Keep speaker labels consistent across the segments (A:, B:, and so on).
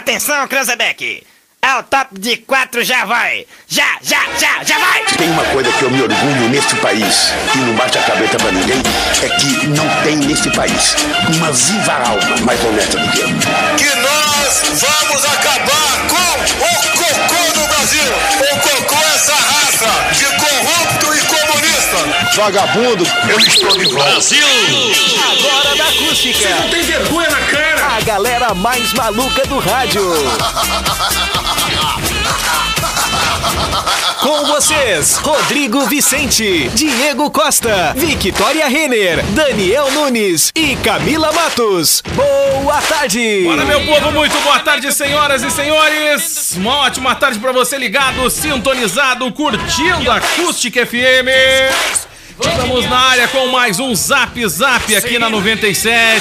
A: Atenção, Cranzebeck! É o top de quatro, já vai! Já, já, já, já vai!
B: Tem uma coisa que eu me orgulho neste país e não bate a cabeça pra ninguém, é que não tem neste país uma viva alma mais honesta do que eu.
C: que nós vamos acabar com o cocô do Brasil. O cocô é essa raça de corrupto e comunista.
B: Vagabundo, eu estou de volta.
D: Agora da acústica.
C: Tem vergonha na cara.
D: A galera mais maluca do rádio. Com vocês, Rodrigo Vicente, Diego Costa, Victoria Renner, Daniel Nunes e Camila Matos. Boa tarde.
E: Fala, meu povo, muito boa tarde, senhoras e senhores. Uma ótima tarde pra você ligado, sintonizado, curtindo a Acústica FM. Estamos na área com mais um Zap Zap aqui na 97.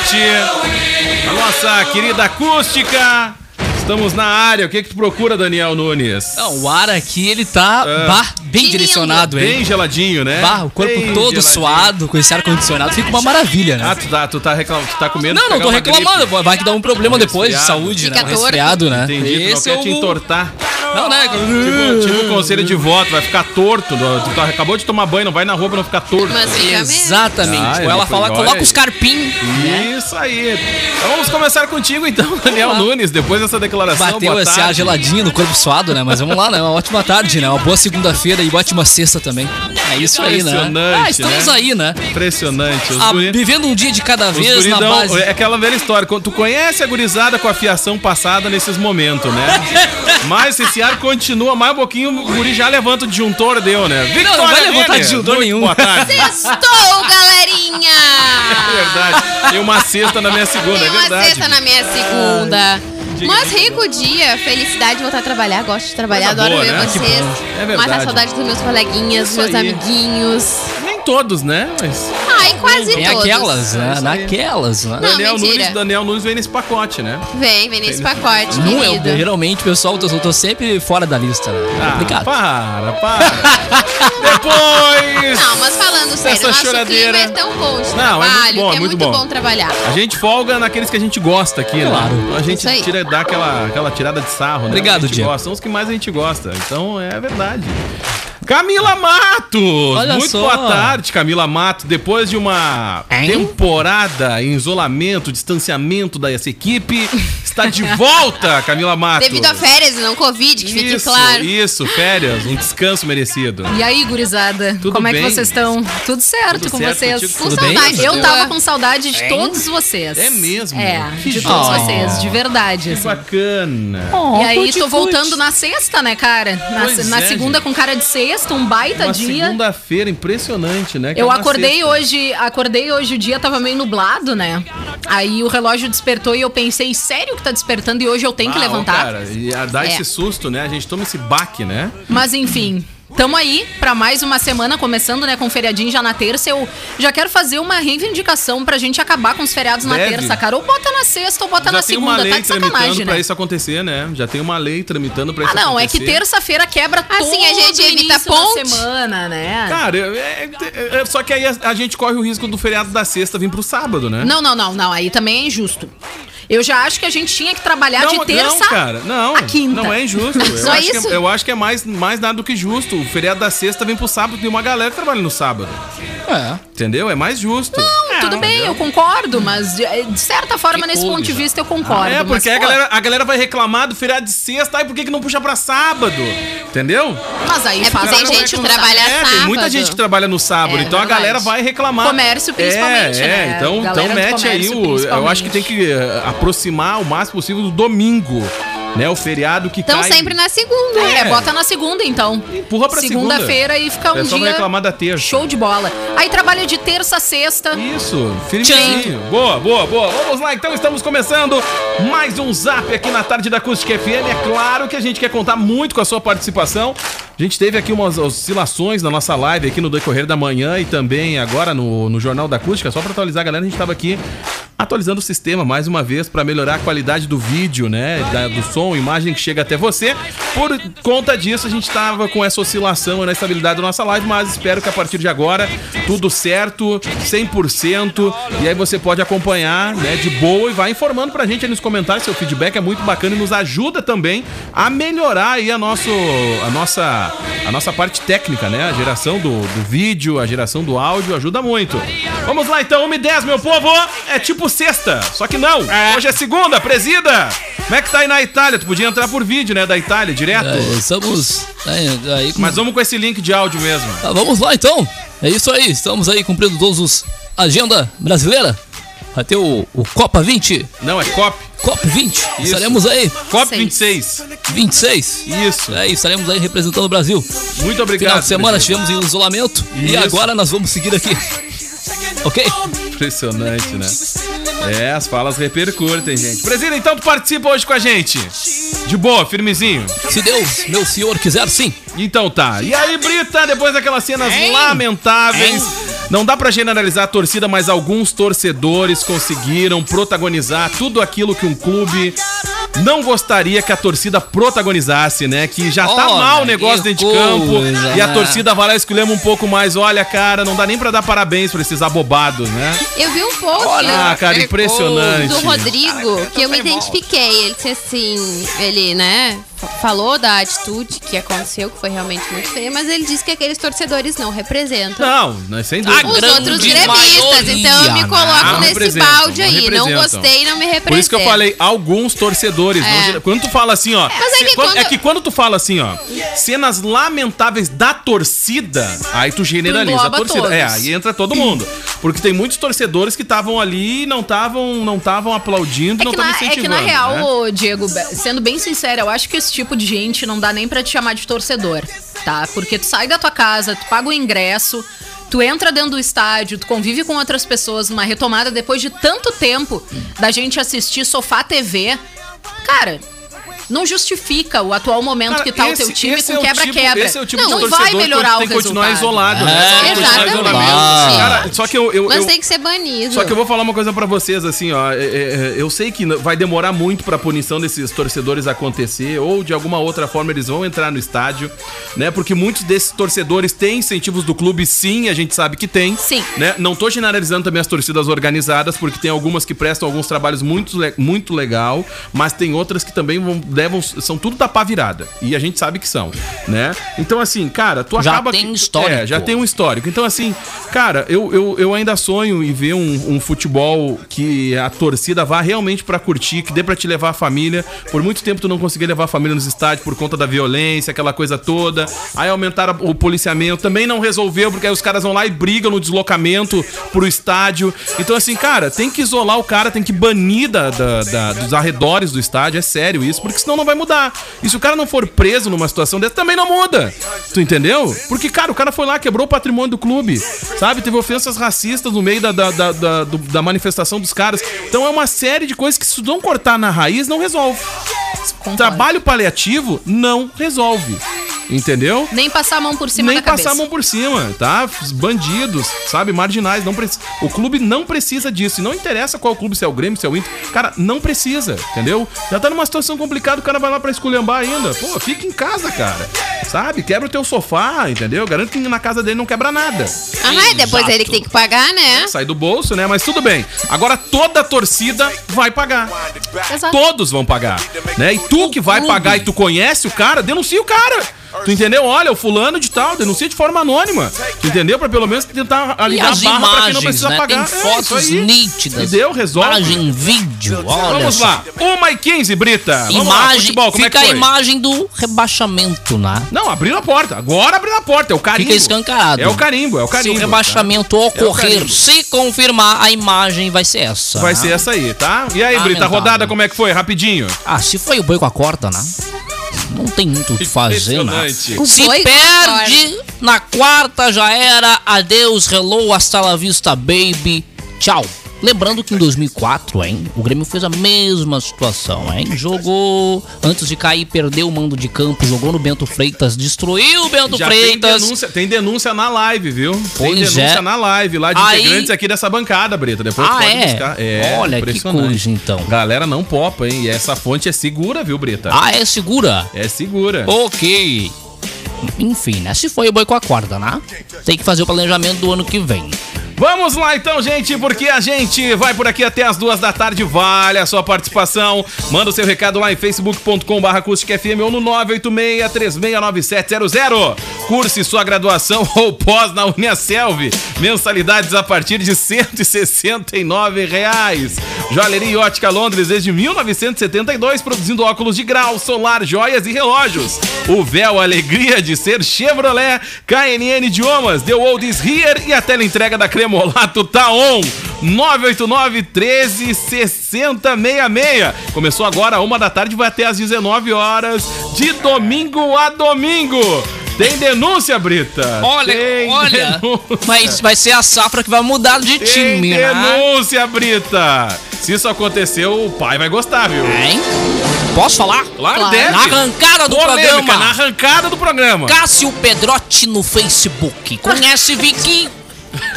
E: A nossa querida acústica. Estamos na área. O que que tu procura, Daniel Nunes?
F: Não, o ar aqui, ele tá
E: Ah.
F: bah,
G: é
F: bem direcionado, é hein?
E: Bem geladinho, né?
F: Bah, o corpo
E: Bem
F: todo
E: geladinho.
F: suado, com esse ar-condicionado, fica uma maravilha, né?
E: Ah, tu tá, tu tá, reclam... tu tá com medo de
F: não, não
E: pegar
F: tô
E: uma
F: reclamando,
E: gripe.
F: vai que dá um problema depois de
E: resfriado.
F: saúde, né?
G: Fica
F: Um
G: torto.
F: resfriado, né?
E: Entendi, tu não
F: Esse
E: quer te
F: é o-
E: entortar.
F: Não, né?
E: Tipo, tipo conselho de voto, vai ficar torto. Tu tá- acabou de tomar banho, não vai na rua pra não ficar torto.
G: Mas fica mesmo.
E: Ah,
F: Exatamente. Ou
E: ele foi
F: ela fala,
E: embora,
F: coloca
E: ele-
F: os carpim.
E: Isso aí. Então vamos começar contigo então, Daniel
F: né? Vamos lá.
E: Nunes, depois dessa declaração.
F: Bateu
E: boa
F: esse ar
E: tarde.
F: geladinho no corpo suado, né? Mas vamos lá, né? Uma ótima tarde, né? Uma boa segunda-feira e uma ótima sexta também. É isso aí, né?
E: Impressionante,
F: Ah, estamos
E: né?
F: aí, né?
E: Impressionante. Os
F: Ah,
E: guri-
F: vivendo um dia de cada
E: os
F: vez na
E: guridão-
F: base.
E: é aquela velha história, quando tu conhece a gurizada com a fiação passada nesses momentos, né? Mas se esse ar continua mais um pouquinho, o guri já levanta o disjuntor, deu, né?
F: Não, não vai levantar
E: Renner,
F: disjuntor
E: muito
F: nenhum.
E: Boa tarde.
G: Estou, galerinha!
E: É verdade. Tem uma cesta na minha segunda,
G: Tem
E: é
G: uma
E: verdade.
G: sexta na minha segunda.
E: diga.
G: Mas rico dia, felicidade de voltar a trabalhar, gosto de trabalhar,
E: Coisa
G: adoro
E: boa,
G: ver
E: né? Que
G: vocês.
E: bom. É verdade.
G: Matar a saudade dos meus coleguinhas,
E: Isso
G: meus
E: aí.
G: amiguinhos.
E: Nem todos, né? Mas.
G: Ai, quase
F: Tem
G: todos.
F: aquelas, né? Naquelas, né?
G: Não,
E: Daniel
G: mentira.
E: Nunes, Daniel Nunes vem nesse pacote, né?
G: Vem, vem nesse pacote,
E: é
F: Não, eu,
G: querido.
F: geralmente, pessoal, eu tô, eu tô sempre fora da lista. Né?
E: Ah,
F: É complicado.
E: para, para. Depois.
G: Não, mas falando sério,
E: Essa
G: nosso
E: choradeira.
G: clima é tão bom de
E: Não, é muito
G: trabalho,
E: bom,
G: que
E: muito
G: é muito
E: bom.
G: bom trabalhar.
E: A gente folga naqueles que a gente gosta aqui,
F: Claro.
E: né? Então a
G: Isso
E: gente
G: aí.
E: tira, dá aquela, aquela tirada de sarro, né?
F: Obrigado,
E: a gente
F: Diego.
E: gosta. São os que mais a gente gosta. Então é verdade. Camila Matos!
F: Olha
E: Muito
F: só.
E: boa tarde, Camila Matos. Depois de uma
F: Hein?
E: temporada em isolamento, distanciamento dessa equipe, está de volta, Camila Matos.
G: Devido a férias e não Covid, que fique
E: Isso,
G: claro.
E: isso, férias, um descanso merecido.
H: E aí, gurizada?
E: Tudo
H: Como é
E: bem?
H: que vocês estão? Tudo certo
E: Tudo
H: com
E: certo
H: vocês?
E: contigo?
H: Com
F: Tudo bem,
H: saudade.
F: Fernanda?
H: Eu tava com saudade de todos vocês.
E: É mesmo?
H: É,
E: Que
H: de todos
F: joia.
H: vocês, de verdade. assim.
E: Bacana.
H: e aí, tô voltando na sexta, né, cara? Na,
E: Pois
H: na
E: é,
H: segunda
E: gente.
H: com cara de sexta, um baita
E: Uma
H: dia.
E: segunda-feira impressionante, né? Que é
H: Eu
E: uma
H: acordei
E: sexta.
H: hoje, acordei hoje, o dia tava meio nublado, né? Aí o relógio despertou e eu pensei, sério que tá despertando e hoje eu tenho que
E: Ah, ó,
H: levantar?
E: Cara, e a- dá
H: É.
E: esse susto, né? A gente toma esse baque, né?
H: Mas enfim, tamo aí pra mais uma semana, começando, né, com o feriadinho já na terça. Eu já quero fazer uma reivindicação pra gente acabar com os feriados na
E: Deve.
H: terça, cara. Ou bota na sexta ou bota na segunda, tá de
E: tramitando
H: sacanagem,
E: pra
H: né?
E: isso acontecer, né? Já tem uma lei tramitando pra
H: Ah,
E: isso
H: não, é
E: acontecer.
H: que terça-feira quebra todo
G: Assim a gente
H: o
G: evita
H: início da
G: ponte.
H: semana, né?
E: Cara, é- é- é- é- só que aí a, a gente corre o risco do feriado da sexta vir pro sábado, né?
H: Não, não, não, não, aí também é injusto. Eu já acho que a gente tinha que trabalhar é de terça
E: não, cara, não,
H: a quinta.
E: não é injusto. Eu
G: Só
E: acho
G: isso?
E: Que, é- eu acho que é mais, mais nada do que justo. O feriado da sexta vem pro sábado e uma galera que trabalha no sábado.
F: É.
E: Entendeu? É mais justo. É, Não,
H: Tudo bem, eu concordo, mas de, de certa forma, nesse
F: coube
H: ponto de
F: já.
H: vista, eu concordo.
E: É, porque
H: mas,
E: a
H: pô,
E: galera, a galera vai reclamar do feriado de sexta, ai, por que, que não puxa pra sábado? Entendeu?
H: Mas aí
G: É porque
H: faz
G: tem
H: alguma
G: gente que
H: coisa.
G: trabalha
E: É, tem
G: sábado.
E: muita gente que trabalha no sábado,
H: É,
E: então a
H: verdade.
E: galera vai reclamar.
H: Comércio, principalmente,
E: É, é,
H: né?
E: então,
H: Galera
E: então
H: do
E: mete aí
H: comércio,
E: o. Eu acho que tem
H: principalmente.
E: que eh, aproximar o máximo possível do domingo, né? O feriado que
G: Então
E: cai.
G: sempre na segunda.
H: É,
E: É.
H: bota na segunda, então.
E: Empurra pra segunda.
H: Segunda-feira e fica
E: É
H: um
E: só
H: dia
E: reclamar da terça.
H: show de bola. Aí trabalha de terça a sexta.
E: Isso, firmezinho. Boa, boa, boa. Vamos lá, então estamos começando mais um Zap aqui na tarde da Acústica FM. É claro que a gente quer contar muito com a sua participação. A gente teve aqui umas oscilações na nossa live aqui no decorrer da manhã e também agora no, no Jornal da Acústica. Só para atualizar, galera, a gente estava aqui atualizando o sistema mais uma vez para melhorar a qualidade do vídeo, né? da- do som, imagem que chega até você. Por conta disso, a gente estava com essa oscilação na estabilidade da nossa live, mas espero que a partir de agora tudo certo, 100%. E aí você pode acompanhar né, de boa e vai informando pra gente aí nos comentários. Seu feedback é muito bacana e nos ajuda também a melhorar aí a, nosso, a, nossa, a nossa parte técnica, né? A geração do, do vídeo, a geração do áudio ajuda muito. Vamos lá então, 1 e 10, meu povo! É tipo sexta, só que não. Hoje é segunda, presida! Como é que tá aí na Itália? Tu podia entrar por vídeo, né? Da Itália, direto.
F: É, estamos aí, aí com-
E: Mas vamos com esse link de áudio mesmo.
F: Ah, vamos lá então. É isso aí. Estamos aí cumprindo todos os agenda brasileira. Vai ter o, o Copa 20,
E: Não, é COP.
F: Copa 20. Estaremos aí
E: COP 26.
F: 26.
E: Isso.
F: É, estaremos aí representando o Brasil.
E: Muito obrigado.
F: Final de semana
E: presidente.
F: estivemos em isolamento e
E: Isso.
F: agora nós vamos seguir aqui. OK?
E: Impressionante, né? É, as falas repercutem, gente. Presida, então tu participa hoje com a gente. De boa, firmezinho.
F: Se Deus, meu senhor quiser, sim.
E: Então tá. E aí, Brita, depois daquelas cenas lamentáveis. Não dá pra generalizar a torcida, mas alguns torcedores conseguiram protagonizar tudo aquilo que um clube não gostaria que a torcida protagonizasse, né? Que já tá
F: Olha,
E: mal o negócio
F: que
E: dentro de campo
F: coisa,
E: e a
F: né?
E: torcida vai lá escolhendo um pouco mais. Olha, cara, não dá nem pra dar parabens pra esses abobados, né?
G: Eu vi um post
E: Ah, cara, impressionante.
G: do Rodrigo que eu me identifiquei. Ele disse assim, ele, né, falou da atitude que aconteceu, que foi realmente muito feia, mas ele disse que aqueles torcedores não representam.
E: Não, não, sem dúvida.
G: Os
F: grande
G: outros gremistas,
F: maioria,
G: então eu me
F: né?
G: coloco
E: Não
G: nesse
E: representam,
G: balde
E: não
G: aí. Não,
E: representam.
G: gostei, não me representa.
E: Por isso que
H: é
E: eu falei, alguns torcedores. não
G: É.
E: gera- quando tu fala assim, ó.
G: mas é
E: se-
G: que
E: quando-
G: quando-
E: é que quando tu fala assim, ó, cenas lamentáveis da torcida, aí tu generaliza a
H: engloba
E: torcida.
H: todos.
E: É, aí entra todo mundo. Porque tem muitos torcedores que estavam ali e não estavam não estavam aplaudindo,
H: É
E: não
H: que,
E: estavam
H: na, é que
E: incentivando.
H: na real,
E: né?
H: ô, Diego, be- sendo bem sincero, eu acho que esse tipo de gente não dá nem pra te chamar de torcedor, tá? Porque tu sai da tua casa, tu paga o ingresso, tu entra dentro do estádio, tu convive com outras pessoas numa retomada depois de tanto tempo da gente assistir sofá TV. Cara. Não justifica o atual momento
E: Cara,
H: que tá o
E: esse-
H: teu time
E: esse
H: com
E: é o tipo-
H: quebra-quebra.
E: esse é o tipo de
H: não
E: torcedor
H: vai
E: que
H: melhorar
E: tem
H: o
E: que continuar
H: resular
E: isolado, né?
F: É,
E: Só tem que continuar
G: exatamente.
E: isolado. Cara, só que eu. eu-
G: Mas
E: eu-
G: tem que ser banido.
E: Só que eu vou falar uma coisa pra vocês, assim, ó. é, é, é, eu sei que n- vai demorar muito pra punição desses torcedores acontecer, ou de alguma outra forma eles vão entrar no estádio, né? Porque muitos desses torcedores têm incentivos do clube, sim, a gente sabe que tem.
H: Sim.
E: Né? Não tô generalizando também as torcidas organizadas, porque tem algumas que prestam alguns trabalhos muito, le- muito legal, mas tem outras que também vão, levam. São tudo da pá virada. E a gente sabe que são, né? Então, assim, cara, tu
F: Já
E: acaba.
F: tem
E: que-
F: histórico.
E: É, já tem um histórico. Então, assim, cara, eu, eu, eu ainda sonho em ver um, um futebol que a torcida vá realmente pra curtir, que dê pra te levar a família. Por muito tempo tu não conseguia levar a família nos estádios por conta da violência, aquela coisa toda. Aí aumentaram o policiamento, também não resolveu, porque aí os caras vão lá e brigam no deslocamento pro estádio. Então, assim, cara, tem que isolar o cara, tem que banir da, da- da- dos arredores do estádio. É sério isso, porque senão não vai mudar. E se o cara não for preso numa situação dessa, também não muda. Tu entendeu? Porque, cara, o cara foi lá, quebrou o patrimônio do clube, sabe? Teve ofensas racistas no meio da, da, da, da- do- da manifestação dos caras. Então é uma série de coisas que se não cortar na raiz, não resolve. Trabalho paliativo não resolve. Entendeu?
H: Nem passar a mão por cima
E: Nem
H: da cabeça.
E: passar a mão por cima, tá? Os Bandidos, sabe? Marginais. Não preci- O clube não precisa disso. E não interessa qual clube, se é o Grêmio, se é o Inter. Cara, não precisa, entendeu? Já tá numa situação complicada, o cara vai lá pra esculhambar ainda. Pô, fica em casa, cara. Sabe? Quebra o teu sofá, entendeu? Garanto que na casa dele não quebra nada.
G: Ah, depois ele que tem que pagar, né?
E: Sai do bolso, né? Mas tudo bem. Agora toda a torcida vai pagar.
G: Exato.
E: Todos vão pagar, né? E tu que vai pagar e tu conhece o cara, denuncia o cara. Tu entendeu? Olha, o fulano de tal, denuncia de forma anônima. Tu entendeu? Pra pelo menos tentar
F: E
E: aliviar a
F: as
E: barra pra quem não
F: imagens,
E: precisa
F: né?
E: pagar.
F: Tem
E: É, isso
F: fotos
E: aí.
F: nítidas.
E: Entendeu? Resolve.
F: Imagem, vídeo, olha
E: Vamos
F: só.
E: lá. 1 e 15, Brita. Vamos lá,
F: imagem,
E: futebol, como
F: fica
E: é que
F: a
E: foi?
F: imagem do rebaixamento, né?
E: Não, abriu a porta. Agora abriu a porta. É o carimbo.
F: Fica escancarado.
E: É o carimbo, é o carimbo.
F: Se o
E: tá?
F: rebaixamento ocorrer,
E: carimbo.
F: se confirmar, a imagem vai ser essa.
E: Vai
F: né?
E: ser essa aí, tá? E aí, Brita, a
F: Lamentável.
E: rodada como é que foi? Rapidinho.
F: Ah, se foi o boi com a corda, né? Não tem muito o que fazer, né?
E: Impressionante.
F: Se
G: boi com a
F: perde na quarta já era. Adeus, hello, hasta la vista, baby. Tchau. Lembrando que em 2004, hein, o Grêmio fez a mesma situação, hein? Jogou antes de cair, perdeu o mando de campo, jogou no Bento Freitas, destruiu o Bento
E: Já Tem
F: Freitas.
E: denúncia, tem denúncia na live, viu? tem
F: Pois
E: denúncia
F: é.
E: na live, lá de
F: Aí-
E: integrantes aqui dessa bancada, Brito. Depois
F: Ah,
E: pode
F: é?
E: buscar.
F: Olha que
E: impressionante.
F: coisa, então.
E: Galera, não popa, hein? E essa fonte é segura, viu, Brita?
F: Ah, é segura.
E: É segura.
F: Ok. Enfim, né? Se foi o boi com a corda, né? Tem que fazer o planejamento do ano que vem.
E: Vamos lá então, gente, porque a gente vai por aqui até as duas da tarde. Vale a sua participação. Manda o seu recado lá em facebook.com.br acústicafm ou no 986369700. Curse sua graduação ou pós na Uniaselv. Mensalidades a partir de R$ 169 reais. Joalheria e Ótica Londres desde 1972, produzindo óculos de grau, solar, joias e relógios. O véu Alegria de ser Chevrolet, KNN Idiomas, The World is Here e a teleentrega da Cremolato tá on. 989 13 6066. Começou agora, uma da tarde, vai até às 19 horas, de domingo a domingo. Tem denúncia, Brita?
F: Olha,
E: Tem
F: olha.
E: denúncia.
F: Mas vai ser a safra que vai mudar de
E: Tem
F: time, né?
E: denúncia, Brita! Se isso acontecer, o pai vai gostar, viu?
F: Hein? Posso falar?
E: Claro,
H: Claro.
E: deve.
F: Na arrancada do
E: Polêmica,
F: programa.
E: Na arrancada do programa.
F: Cássio Pedrotti no Facebook. Conhece Vicky?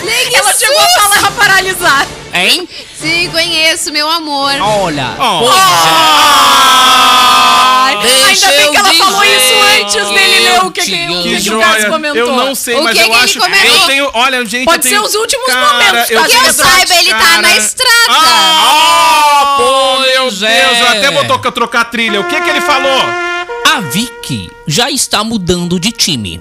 G: Nem
H: Ela chegou a falar paralisada.
F: Hein?
G: Sim, conheço, meu amor.
F: Olha.
E: Oh.
F: pois
E: Ah,
F: é.
H: Ainda
F: Deixa
H: bem
F: eu
H: que ela falou
F: dizer
H: isso antes dele ler o que,
F: te
H: que, o
F: amo.
H: que,
E: Que
H: que o Cássio
E: joia.
H: comentou.
E: Eu não sei,
G: O
E: mas
G: que
E: eu
G: que ele
E: acho.
G: comentou?
E: Eu tenho. Olha, gente.
H: Pode
E: eu
H: ser
E: tenho-
H: os últimos
E: Cara,
H: momentos,
E: eu
H: Cássio
E: tenho-
G: Que eu
H: Pedrotti.
G: saiba, ele tá na estrada.
E: Ah, pô, meu
F: Pois
E: Deus.
F: é.
E: Eu até vou tocar, trocar a trilha. O que que ele
G: Ah.
E: falou?
F: A Vicky já está mudando de time.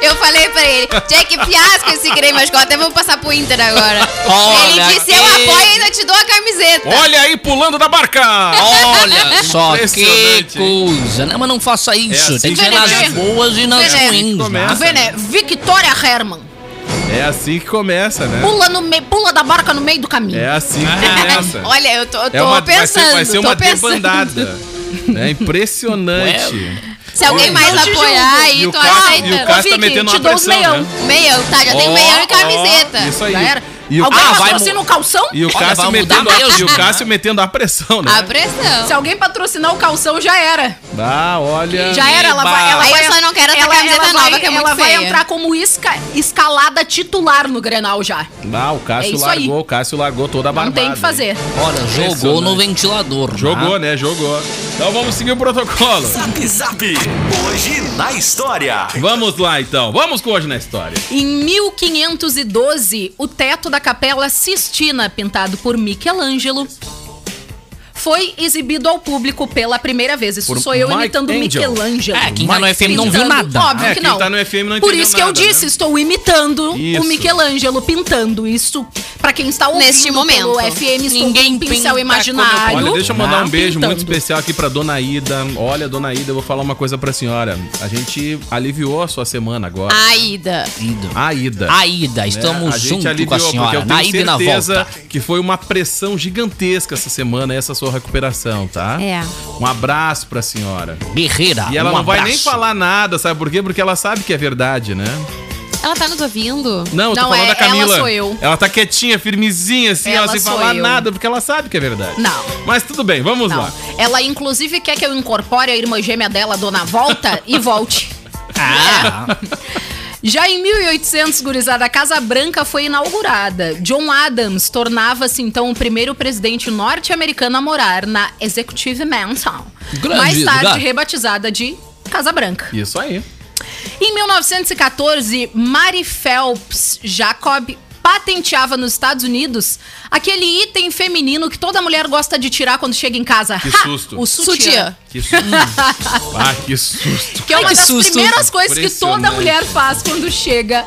G: Eu falei pra ele, Jack, fiasco esse Grêmio, acho que eu até vou passar pro Inter agora.
F: Olha
G: ele disse, eu
F: aqui.
G: apoio e ainda te dou a camiseta.
E: Olha aí, pulando da barca.
F: Olha só que
E: Impressionante, hein?
F: coisa. Não, mas não faça isso.
E: assim
F: Tem que
E: que
F: ser nas
G: começa.
F: boas e nas
G: Começa.
F: ruins. né?
E: Começa.
H: Vene, Victoria Herman.
E: É assim que começa, né?
H: Pula, no meio- pula da barca no meio do caminho.
E: É assim que
F: Ah,
E: começa.
G: Olha, eu tô, eu tô
E: É uma, vai ser,
G: pensando.
E: vai ser uma
G: tô pensando.
E: debandada. É impressionante.
G: Se alguém mais
H: Não te
G: apoiar
H: julgo.
G: aí,
E: e o
G: tô
E: Cássio, e o
G: aceitando.
E: Cássio tá
H: Vicky,
E: metendo
H: te
E: uma
H: dou um os
E: pressão,
H: meião.
E: né?
G: Meio, tá, já tem
E: Ó,
G: meião
E: ó,
G: e camiseta.
E: Isso aí.
H: Já era.
E: E o,
H: Alguém
F: Ah, vai
H: patrocina
F: mu-
H: o calção?
E: e o
F: Olha,
E: Cássio
F: vai
E: metendo,
F: mudar mesmo,
E: e o
F: né?
E: Cássio metendo a pressão, né?
G: A pressão.
H: Se alguém patrocinar o calção, já era.
E: Ah, olha.
H: Já era, ela vai. Ela
G: Aí eu
H: vai
G: só não quero essa camiseta
H: vai-
G: nova, que é muito
H: Ela vai
G: feia.
H: entrar como isca- escalada titular no Grenal já.
E: Ah, o Cássio
H: É isso
E: largou, o Cássio largou toda a
H: Não
E: barbada.
H: tem o que fazer.
F: Olha, jogou no ventilador. né?
E: Jogou, né? Jogou. Então vamos seguir o protocolo.
D: Zap Zap. Hoje na história.
E: Vamos lá, então. Vamos com hoje na história.
H: Em 1512, o teto da Capela Sistina, pintado por Michelangelo, foi exibido ao público pela primeira vez. Isso
E: Por
H: sou eu
E: Mike
H: imitando
E: Angel.
H: Michelangelo.
F: É, quem tá no FM não viu
H: Pintando.
F: nada.
H: Óbvio
E: É,
H: que
E: quem
H: não.
E: tá no FM não
H: Por
E: entendeu
H: isso que eu
E: nada,
H: disse,
E: né?
H: estou imitando
E: Isso.
H: o Michelangelo pintando isso. Pra quem está ouvindo
G: Neste momento.
H: pelo FM, estou
F: Ninguém
H: com um pincel
F: pinta
H: imaginário.
E: Olha, deixa eu mandar
H: tá?
E: um beijo muito
H: Pintando.
E: especial aqui pra dona Ida. Olha, dona Ida, eu vou falar uma coisa pra senhora. A gente aliviou a sua semana agora.
G: Aida.
F: Ido.
H: Ah.
E: A Ida.
F: Aida, estamos
E: né?
F: junto com a senhora. Na ida e na volta.
E: que foi uma pressão gigantesca essa semana, essa sua recuperação, tá?
G: É.
E: Um abraço pra senhora.
F: Guerreira.
E: E ela
F: um
E: não vai nem
F: abraço.
E: falar nada, sabe por quê? Porque ela sabe que é verdade, né?
G: Ela tá nos ouvindo?
E: Não, eu tô
H: Não,
E: falando
H: é-
E: da Camila.
H: ela sou eu.
E: Ela tá quietinha, firmezinha, assim, ela,
H: Ela
E: sem
H: sou
E: falar
H: eu.
E: nada, porque ela sabe que é verdade.
H: Não.
E: Mas tudo bem, vamos
H: Não.
E: lá.
H: Ela, inclusive, quer que eu incorpore a irmã gêmea dela, Dona Volta, e volte. É.
F: Ah,
H: Já em 1800, gurizada, a Casa Branca foi inaugurada. John Adams tornava-se então o primeiro presidente norte-americano a morar na Executive Mansion.
F: Grande
H: Mais tarde,
F: lugar.
H: rebatizada de Casa Branca.
E: Isso aí.
H: Em 1914, Mary Phelps Jacob patenteava nos Estados Unidos aquele item feminino que toda mulher gosta de tirar quando chega em casa.
E: Que
H: Ha!
E: susto.
H: O sutiã.
E: Que susto. ah, que susto.
H: Que é uma
F: Ai, que
H: das
F: susto.
H: primeiras coisas que toda
E: Impressionante.
H: mulher faz quando chega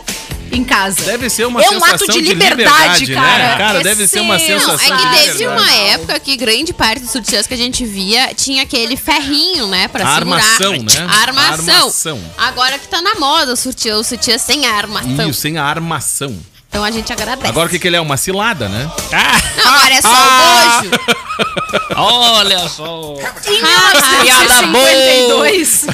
H: em casa.
E: Deve ser uma
H: É um
E: sensação
H: ato de liberdade,
E: né?
H: cara.
E: Cara,
H: É
E: deve ser uma
H: sim.
E: sensação
G: Não, é
E: de
G: que teve
E: liberdade.
G: uma época que grande parte dos sutiãs que a gente via tinha aquele ferrinho, né? Pra
E: A
G: segurar.
E: armação, né?
G: A Armação.
E: Armação.
G: Agora que tá na moda o sutiã, o sutiã sem armação.
E: Isso, sem a armação.
G: Então a gente agradece.
H: Ah!
E: Agora o que, que ele é? Uma cilada, né?
G: Não, agora é só o bojo.
F: Olha só.
H: Em
G: Ah,
F: piada boa.
H: 1952,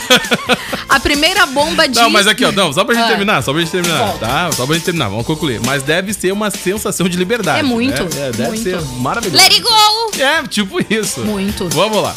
H: a primeira bomba de.
E: Não, mas aqui, ó, não, só pra gente
H: Ah.
E: terminar, só pra gente terminar, tá? Só pra gente terminar, vamos concluir. Mas deve ser uma sensação de liberdade.
H: É muito,
E: né? É, deve
H: muito.
E: ser maravilhoso.
G: Let it go!
E: É, tipo isso.
H: Muito.
E: Vamos lá.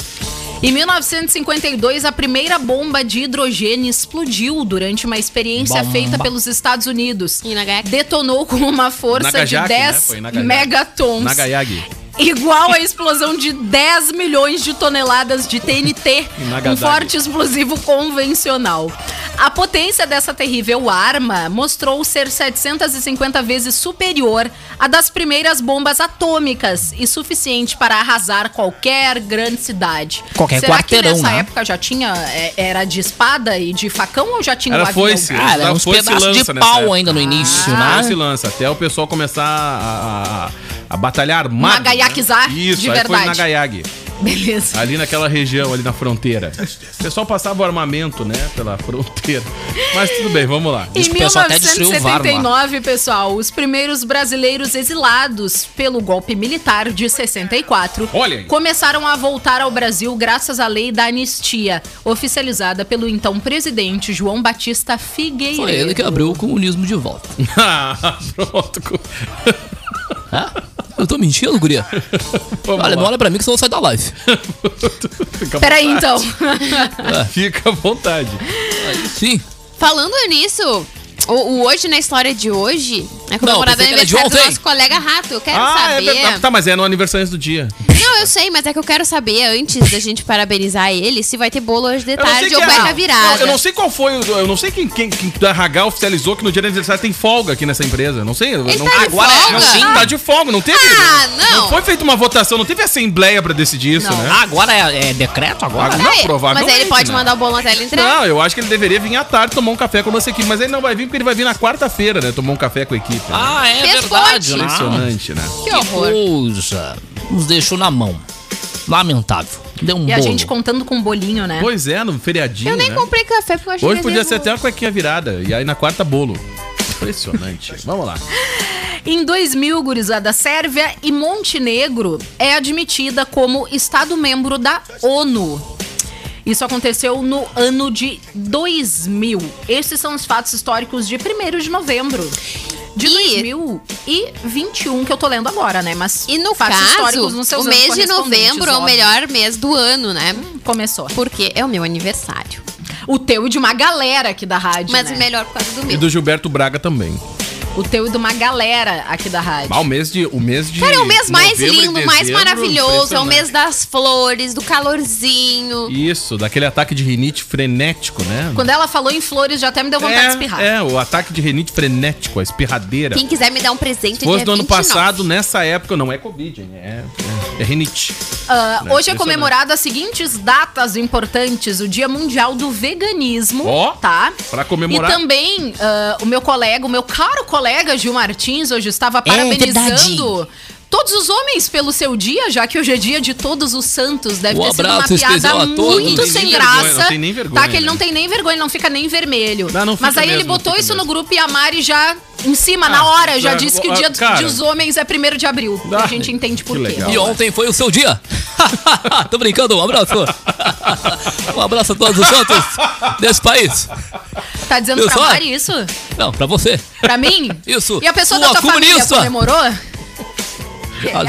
H: Em 1952, a primeira bomba de hidrogênio explodiu durante uma experiência
F: Bomba.
H: feita pelos Estados Unidos.
G: E Nagayaki?
H: Detonou com uma força
E: Nagasaki,
H: de
E: né?
H: 10
E: Foi Nagasaki.
H: megatons.
E: Nagayagi.
H: Igual à explosão de 10 milhões de toneladas de TNT,
E: Em
H: um
E: Nagasaki.
H: forte explosivo convencional. A potência dessa terrível arma mostrou ser 750 vezes superior à das primeiras bombas atômicas e suficiente para arrasar qualquer grande cidade.
F: Qualquer
H: Será
F: quarteirão,
H: que nessa
F: né?
H: época já tinha é, era de espada e de facão ou já tinha
E: Era
H: o avião? Ah,
E: foice.
F: Cara,
E: Tá,
F: era é uns
E: foi esse
F: pedaços de
E: lança nessa
F: pau
E: época.
F: ainda no início,
E: Ah, se
F: né?
E: lança, até o pessoal começar a, a- a batalhar armado.
H: Nagayakizar
E: né? Isso,
H: de
E: aí foi
H: verdade.
E: Nagayagi.
H: Beleza.
E: Ali naquela região, ali na fronteira. O pessoal passava o armamento, né, pela fronteira. Mas tudo bem, vamos lá.
H: Em
F: Diz que o pessoal até destruiu o VAR,
H: 1979, pessoal, os primeiros brasileiros exilados pelo golpe militar de 64
E: Olha aí.
H: começaram a voltar ao Brasil graças à lei da anistia, oficializada pelo então presidente João Batista Figueiredo.
F: Foi ele que abriu o comunismo de volta.
E: Ah, Pronto.
F: Hã? Ah, Eu tô mentindo, guria?
E: Vamos
F: Olha,
E: lá.
F: não olha pra mim que senão eu saio da live.
E: Fica à
H: Peraí,
E: vontade.
H: então.
E: Fica à vontade.
F: Sim.
G: Falando nisso, o, o hoje na história de hoje é comemorado o
F: pensei que era de
G: aniversário do
F: ontem.
G: nosso colega Rato. Eu quero
E: é
G: saber.
E: verdade. Tá, mas é no aniversário do dia.
G: Não, eu sei, mas é que eu quero saber antes da gente parabenizar ele se vai ter bolo hoje de
E: Eu não sei
G: tarde tá
E: que
G: ou
E: é-
G: vai dar
E: Não,
G: virada.
E: Eu não sei qual foi, o- eu não sei quem, quem, quem da RH oficializou que no dia do aniversário tem folga aqui nessa empresa. Eu Não sei. eu
G: Ele
E: não,
G: tá de
E: agora
G: folga?
E: não, sim, tá de folga, não teve.
G: Ah, não.
E: foi feita uma votação, não teve assembleia pra decidir isso,
H: Não.
E: né?
F: Ah, agora é, é decreto agora?
E: Ah,
G: Peraí,
E: provavelmente,
G: Mas aí ele pode
E: né?
G: mandar o bolo até ele entrar.
E: Não, eu acho que ele deveria vir à tarde tomar um café com a nossa equipe, mas ele não vai vir porque ele vai vir na quarta-feira, né? Tomar um café com a equipe. né?
F: Ah, é
G: Fez
F: verdade,
G: ponte.
F: né?
E: Impressionante, né?
G: Que horror.
F: Coisa. Nos deixou na mão. Lamentável. Deu um
H: E a
F: bolo.
H: gente contando com um bolinho, né?
E: Pois é, no feriadinho.
G: Eu nem
E: né?
G: comprei café porque eu achei
E: Hoje
G: que
E: podia
G: eles
E: ser
G: iam-
E: até uma cuequinha virada. E aí na quarta, bolo. Impressionante. Vamos lá.
H: Em 2000, gurizada, Sérvia e Montenegro é admitida como Estado membro da ONU. Isso aconteceu no ano de 2000. Esses são os fatos históricos de 1 de novembro de
G: E-
H: 2021, que eu tô lendo agora, né? Mas
G: E no
H: fatos
G: caso,
H: históricos nos seus
G: o
H: anos
G: mês de
H: correspondentes,
G: novembro é o
H: óbvio.
G: melhor mês do ano, né?
H: Começou.
G: Porque é o meu aniversário.
H: O teu e de uma galera aqui da rádio.
G: Mas
H: né?
G: o melhor por causa do
E: E
G: meu.
E: do Gilberto Braga também.
H: O teu e de uma galera aqui da rádio.
E: Ah, o mês de. O mês de
G: Cara, é o mês mais
E: novembro e
G: lindo, mais
E: dezembro,
G: maravilhoso. É o mês
E: impressionante.
G: das flores, do calorzinho.
E: Isso, daquele ataque de rinite frenético, né?
H: Quando ela falou em flores, já até me deu vontade de espirrar.
E: é, é, o ataque de rinite frenético, a espirradeira.
G: Quem quiser me dar um presente
E: Se fosse
G: dia
E: do ano
G: 29.
E: passado, nessa época, não é Covid, hein? é, é, é rinite.
H: Ah,
E: Né?
H: hoje é
E: Impressionante.
H: comemorado as seguintes datas importantes: o Dia Mundial do Veganismo,
E: Ó,
H: tá?
E: pra comemorar.
H: E também ah, o meu colega, o meu caro colega Gil Martins, hoje estava parabenizando. Todos os homens pelo seu dia, já que hoje é dia de todos os santos. Deve
F: Um
H: ter sido uma
F: abraço especial
H: piada
F: a todos. Não
H: muito
F: tem
H: sem
E: nem
H: graça.
E: vergonha, não tem nem vergonha,
H: Tá, que ele não
E: né?
H: tem nem vergonha, ele não fica nem vermelho.
E: Não, não
H: Mas
E: fica
H: aí ele
E: mesmo, não
H: botou
E: fica
H: isso no
E: mesmo.
H: grupo e a Mari já, em cima, na
E: Ah,
H: hora, já
E: é,
H: disse que o
E: ó,
H: dia
E: cara.
H: dos homens é 1 de abril. a
E: Ah,
H: gente entende por
E: que
H: quê.
E: legal.
F: E ontem foi o seu dia. Tô brincando, um abraço. um abraço a todos os santos desse país.
H: Tá dizendo
F: Eu
H: pra
F: só-
H: Mari isso?
F: Não, pra você.
H: Pra mim?
F: Isso.
H: E a pessoa
F: Uma
H: da tua
F: comunista.
H: família comemorou?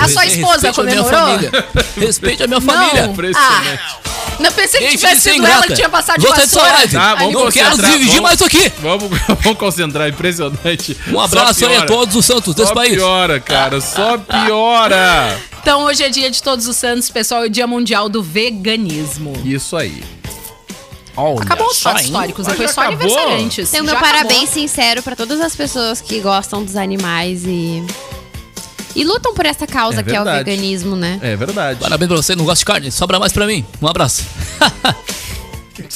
H: A sua esposa
F: Respeite minha
H: comemorou?
F: família. Respeite a minha família.
H: Não.
E: É Impressionante.
H: Ah, não pensei que
F: Gente,
H: tivesse
F: isso é
H: sido ela
F: ingrata.
H: que tinha passado de
F: Gostei dessa
H: vassoura.
F: live.
E: Tá, vamos
F: Não quero
E: concentrar,
F: dividir
E: vamos-
F: mais isso aqui.
E: Vamos, vamos concentrar, impressionante.
F: Um abraço
E: Só
F: aí a
E: piora.
F: todos os santos desse
E: Só
F: país.
E: piora, cara, só piora.
H: Então hoje é dia de todos os santos, pessoal, e o dia mundial do veganismo.
E: Isso aí.
H: Acabou os
F: só,
H: fatos
F: hein?
H: históricos,
E: Mas
H: depois
E: já
H: só
E: acabou?
H: aniversariantes.
G: Então, meu
H: Já
G: parabéns
H: acabou.
G: sincero pra todas as pessoas que gostam dos animais e. E lutam por essa causa
E: É
G: que é o
E: verdade.
G: veganismo, né?
E: É verdade.
F: Parabéns pra você, não gosta de carne. Sobra mais pra mim. Um abraço.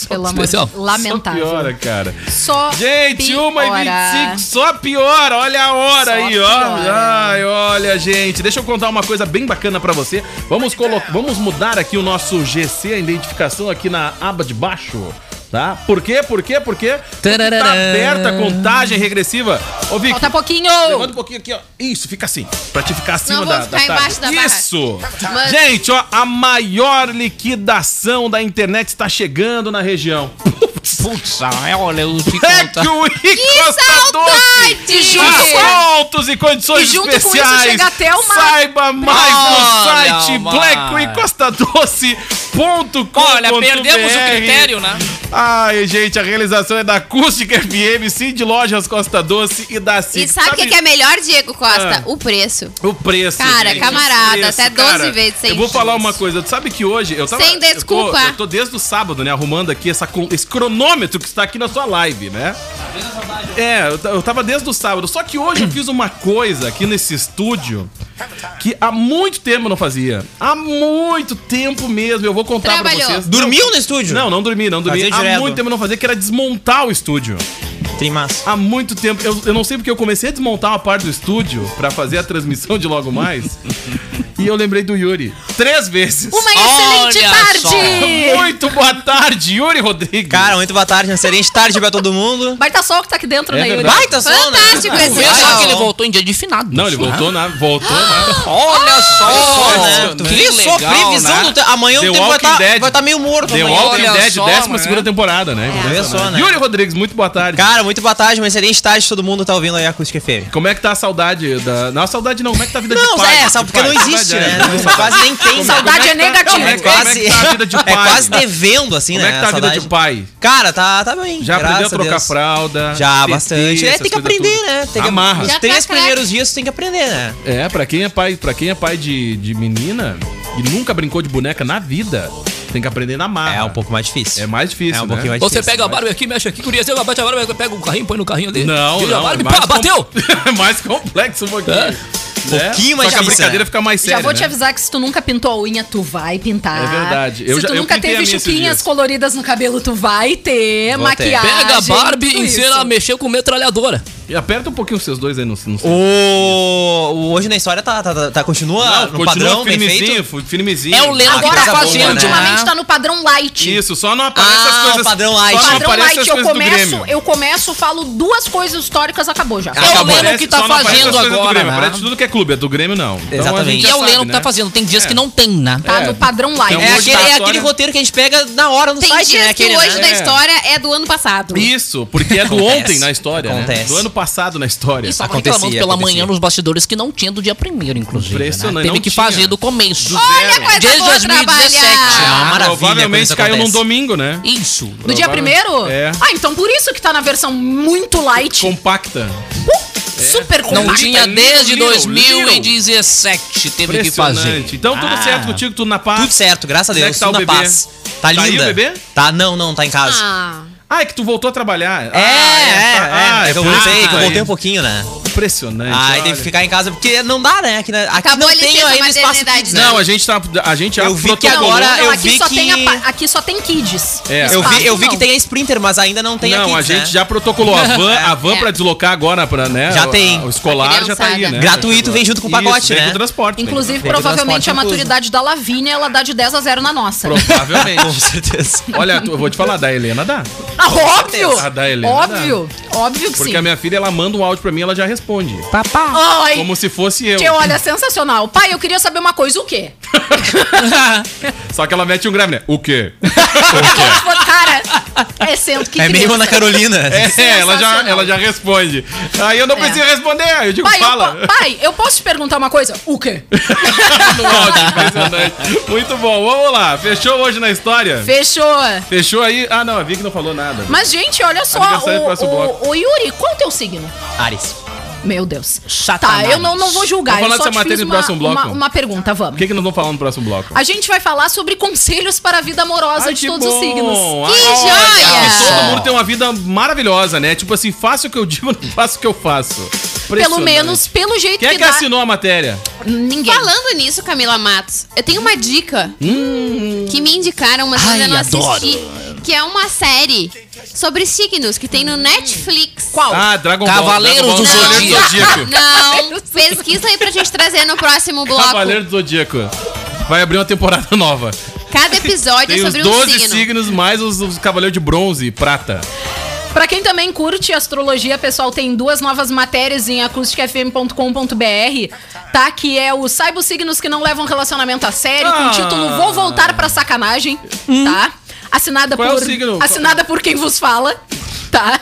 H: Pelo amor de
F: Especial.
H: Deus. Lamentável.
E: Só piora, cara.
H: Só
E: Gente, 1 e
H: piora.
E: 25 só piora. Olha a hora
H: Só
E: aí,
H: piora.
E: ó. Ai, olha, gente. Deixa eu contar uma coisa bem bacana pra você. Vamos, colo- Vamos mudar aqui o nosso GC, a identificação aqui na aba de baixo. Tá? Por quê? Por quê? Por quê? Porque Tá
F: Tararará.
E: aberta a contagem regressiva. Ô, Vic,
H: Falta Tá pouquinho!
E: Levanta um pouquinho aqui, ó. Isso, fica assim. Pra te ficar acima
G: Não vou
E: da,
G: ficar
E: da tábua.
G: embaixo da barra.
E: Isso!
G: Mas-
E: Gente, ó, a maior liquidação da internet está chegando na região. Putz,
F: Putz, ah, olha, eu te
E: é que
F: conto.
E: o Ricosta Doce
G: Saudade!
E: Descontos e condições
H: E junto com isso
E: especiais.
H: chega até uma-
E: Saiba mais no
F: Olha,
E: site
F: mano.
E: blackoencostadoce.com.br.
F: Olha, perdemos o critério, né?
E: Ai, gente, a realização é da Acústica FM, sim, de Lojas Costa Doce e da Cid.
G: E sabe o que, que é melhor, Diego Costa?
E: Ah.
G: O preço.
E: O preço.
G: Cara,
E: gente,
G: camarada,
E: o
G: até 12 vezes sem
E: Eu vou falar
G: juros.
E: uma coisa. Tu sabe que hoje. Eu tava,
G: Sem
E: eu tô- Eu
G: desculpa.
E: tô, desde o sábado, né? Arrumando aqui essa, con- esse cronômetro que está aqui na sua live, né? É, eu, ta- eu tava desde o sábado. Só que hoje eu fiz uma coisa aqui nesse estúdio que há muito tempo eu não fazia. Há muito tempo mesmo. Eu vou contar
G: Trabalhou.
E: pra vocês.
I: Dormiu no estúdio?
E: Não, não dormi, não dormi.
I: Fazia
E: Há
I: direto.
E: muito tempo eu não fazia, que era desmontar o estúdio
I: Tem massa.
E: há muito tempo. Eu, eu não sei porque eu comecei a desmontar uma parte do estúdio pra fazer a transmissão de logo mais. e eu lembrei do Yuri. Três vezes.
H: Uma
F: Olha
H: excelente
F: só.
H: tarde!
E: Muito boa tarde, Yuri Rodrigues.
I: Cara, muito boa tarde, uma excelente tarde pra todo mundo.
H: Baita sol que tá aqui dentro,
E: É
H: né, Yuri?
E: verdade.
I: Baita sol, né?
G: Fantástico esse
F: Vê só
G: jogo.
F: que ele voltou em dia de finado.
E: não, ele voltou, né? Voltou,
I: Ah!
E: né?
F: Olha só!
I: Né? Tu
F: Que
I: viu só
F: legal,
I: previsão
F: né?
I: do tempo. Amanhã
E: The
I: o tempo vai
E: Walking
I: estar
E: Dead.
I: vai tá meio morto.
E: The
I: amanhã.
E: Walking
F: olha
E: Dead,
F: só,
E: 12
F: mano.
E: segunda temporada, né?
I: Vê só, né?
E: Yuri Rodrigues, muito boa tarde.
I: Cara, muito boa tarde, uma excelente tarde todo mundo tá ouvindo aí a Acústica FM.
E: Como é que tá a saudade da. Não, a saudade não, como é que tá a vida de
I: Não,
E: pai?
I: é, sabe
E: De
I: porque
E: pai.
I: não existe,
E: Saudade,
I: né?
E: é.
I: Não, Quase nem tem.
H: Saudade é negativa.
E: Como é
I: É
E: que tá, como é
I: quase,
E: que tá a vida de pai?
I: é quase devendo, assim,
E: Como
I: né?
E: é que tá a vida
I: saudade.
E: de pai?
I: Cara, tá, tá bem.
E: Já aprendeu a
I: graças
E: trocar
I: Deus.
E: fralda?
I: Já,
E: TT,
I: bastante. É,
E: essas
I: tem que
E: coisas
I: aprender,
E: tudo.
I: né? Tem que,
E: Amarra.
I: Os
G: Já
I: três
G: tá craque.
I: primeiros dias tu tem que aprender, né?
E: É, pra quem é pai, para quem é pai de, de menina e nunca brincou de boneca na vida, tem que aprender na marra.
I: É um pouco mais difícil.
E: É mais difícil,
I: É um
E: né?
I: pouquinho mais
F: Você
I: difícil.
F: pega a Barbie aqui, mexe aqui, guria, você bate a Barbie, pega o carrinho, põe no carrinho dele.
E: Não,
F: Tira a
E: não.
F: Barbie,
E: é mais
F: pá, bateu!
E: com- É mais complexo um pouquinho.
F: É.
E: Né?
I: Pouquinho mais
E: Só que a
I: difícil,
E: brincadeira
I: né?
E: fica mais séria,
H: Já vou te
E: né?
H: avisar que se tu nunca pintou a unha, tu vai pintar.
E: É verdade. Eu
H: se
E: já-
H: tu
E: eu
H: nunca
E: pintei a minha
H: teve
E: esses dias.
H: chupinhas coloridas no cabelo, tu vai ter
I: Vou ter.
H: maquiagem.
F: Pega a Barbie
H: tudo
F: e ensina
H: isso.
F: a mexer com metralhadora.
E: E aperta um pouquinho vocês dois aí no, no
I: O... o Hoje na história tá, tá, tá, tá- continua no padrão, bem
E: firmezinho,
I: feito.
E: fu- firmezinho.
F: É o Leno
I: Agora
F: que tá
I: tá bom,
F: fazendo.
I: né?
H: Ultimamente tá no padrão light.
E: Isso, só não aparece
I: Ah,
E: as coisas...
I: o padrão light.
E: Só não
H: Padrão
E: aparece
H: light,
E: as
H: eu
E: coisas do
H: começo,
E: Grêmio.
H: eu começo, falo duas coisas históricas, acabou já.
F: É o
E: Aparece-
F: Leno que tá
E: só não aparece
F: fazendo
E: as coisas do
F: agora,
E: Grêmio,
F: né?
E: Aparece tudo que é clube, é do Grêmio não. Então a gente
I: Exatamente.
F: E
E: já
F: é o
E: sabe,
F: Leno que tá
E: né?
F: fazendo. Tem dias
E: É.
F: que não tem, né?
H: Tá
E: É.
H: no padrão light.
E: Então,
I: É
E: hoje
I: aquele,
E: da
I: é
E: história-
I: aquele roteiro que a gente pega na hora no
G: Tem
I: site,
G: dias
I: né? Aquele,
G: que o hoje
I: né?
G: da história é do ano passado.
E: Isso, porque é do
I: Acontece.
E: ontem na história, né?
I: Acontece. é
E: Do ano passado na história.
F: E só
I: Acontecia,
F: reclamando pela
I: acontecia.
F: manhã nos bastidores que não tinha do dia primeiro, inclusive. né?
E: Impressionante,
F: Teve
E: não
F: que
E: tinha.
F: fazer do começo.
H: é
G: Olha coisa
F: Desde
G: boa
F: 2017.
I: É
E: né?
G: trabalhar.
I: uma maravilha quando
E: Provavelmente
I: isso
E: caiu num
I: acontece.
E: domingo, né?
F: Isso.
H: No dia primeiro?
E: É.
H: Ah, então por isso que tá na versão muito light.
E: Compacta.
H: Super compacta.
F: Não tinha
E: Little,
F: desde
E: little,
F: 2017. Teve que fazer.
E: Impressionante. Então tudo
I: Ah.
E: certo contigo, tudo na paz.
I: Tudo certo, graças a
E: Como é
I: Deus.
E: que tá o
I: tudo na
E: bebê?
I: paz. Tá
E: Saiu
I: linda.
E: o bebê?
I: Tá, não, não, tá em casa.
G: Ah,
E: Ah, é que tu voltou a trabalhar.
I: É, é, é.
E: Ah,
I: é que eu
E: por isso
I: voltei,
E: que
I: que eu
E: tá
I: voltei
E: aí.
I: um pouquinho, né?
E: Impressionante.
I: Aí teve
E: olha.
I: que ficar em casa, porque não dá, né? Aqui, na- aqui
G: Acabou
I: não
G: a
I: tem
G: licença
I: ainda espaço
G: maternidade,
I: kids,
G: né?
I: né?
E: Não, a gente tá. A gente
I: Eu vi que
E: protocolou.
I: agora eu
H: aqui
I: vi
H: só
I: que-
H: Tem a pa- aqui só tem kids.
I: Eu
E: É.
I: vi, eu
H: Espaço
I: vi que
H: não.
I: tem a Sprinter, mas ainda não tem a
E: Não,
I: kids,
E: a gente
I: né?
E: já protocolou a van, a van
G: É.
E: pra deslocar agora, pra, né?
I: Já
E: o-
I: tem. É
E: O, escolar
G: A
E: já tá aí,
G: criançada.
E: né?
I: Gratuito, vem junto com o
E: Isso,
I: pacote,
E: vem
I: né?
E: com o transporte. vem com o
H: Inclusive,
I: Tem que ter
H: provavelmente
I: transporte
H: a
I: incluso.
H: maturidade da Lavínia, ela dá de 10 a 0 na nossa.
E: Provavelmente.
I: Com certeza.
E: Olha, tu- eu vou te falar, da Helena dá.
H: Ah, óbvio!
E: certeza. A da Helena
H: Óbvio, óbvio que
E: Porque
H: sim.
E: a minha filha, ela manda um áudio pra mim, ela já responde.
I: Tá.
F: Papá.
H: Ai,
E: Como se fosse eu.
H: que olha, sensacional. Pai, eu queria saber uma coisa, o quê?
E: Só que ela mete um grave, né? O quê?
H: Cara, é sendo que
I: É meio
H: criança.
I: Ana Carolina.
E: É, ela já,
H: Sensacional.
E: ela já responde. Aí eu não
H: É.
E: preciso responder, aí eu digo,
H: Pai,
E: fala.
H: Eu, po- pai, eu posso te perguntar uma coisa? O quê?
E: No áudio, impressionante. Muito bom, vamos lá. Fechou hoje na história?
H: Fechou.
E: Fechou aí? Ah, não, a Vic não falou nada.
H: Mas, gente, olha só.
E: Amiga, sai do
H: O,
E: próximo bloco.
H: o- o Yuri, qual é o teu signo?
I: Ares.
H: Meu Deus.
F: Satanás.
H: Tá, eu não, não vou julgar.
E: Vamos
H: eu
E: falar
H: só
E: dessa
H: te
E: matéria
H: fiz
E: no
H: uma,
E: próximo bloco.
H: uma, uma pergunta,
E: O
H: vamos.
E: que, que nós vamos falar no próximo bloco?
H: A gente vai falar sobre conselhos para a vida amorosa
E: Ai,
H: de
E: que
H: todos
E: bom.
H: os signos.
E: Ai,
G: Que
E: olha,
G: joia!
E: Todo mundo tem uma vida maravilhosa, né? Tipo assim, faça o que eu digo, não faça o que eu faço.
H: Pelo
E: Impressionante.
H: menos, pelo jeito
E: Quem é
H: que,
E: que
H: dá.
E: assinou a matéria?
H: Ninguém.
G: Falando nisso, Camila Matos, eu tenho uma dica que me indicaram, mas
F: Ai,
G: ainda não
F: adoro.
G: assisti. Que é uma série sobre signos que tem no Netflix.
H: Qual?
E: Ah, Dragon Ball.
F: Cavaleiros
E: Dragon Ball,
F: do
E: Cavaleiros do Zodíaco.
G: Não,
E: Tá
G: pesquisa aí pra gente trazer no próximo bloco.
E: Cavaleiro do Zodíaco. Vai abrir uma temporada nova.
G: Cada episódio é
E: Tem os
G: sobre um
E: 12
G: signo.
E: signos, mais os, os cavaleiros de bronze e prata.
H: Pra quem também curte astrologia, pessoal, tem duas novas matérias em acusticfm.com.br, tá? Que é o Saiba os signos que não levam relacionamento a sério, com
E: Ah. Hum.
H: o título Vou Voltar pra Sacanagem, tá? Assinada
E: Qual é o
H: por.
E: signo?
H: Assinada por quem vos fala, tá?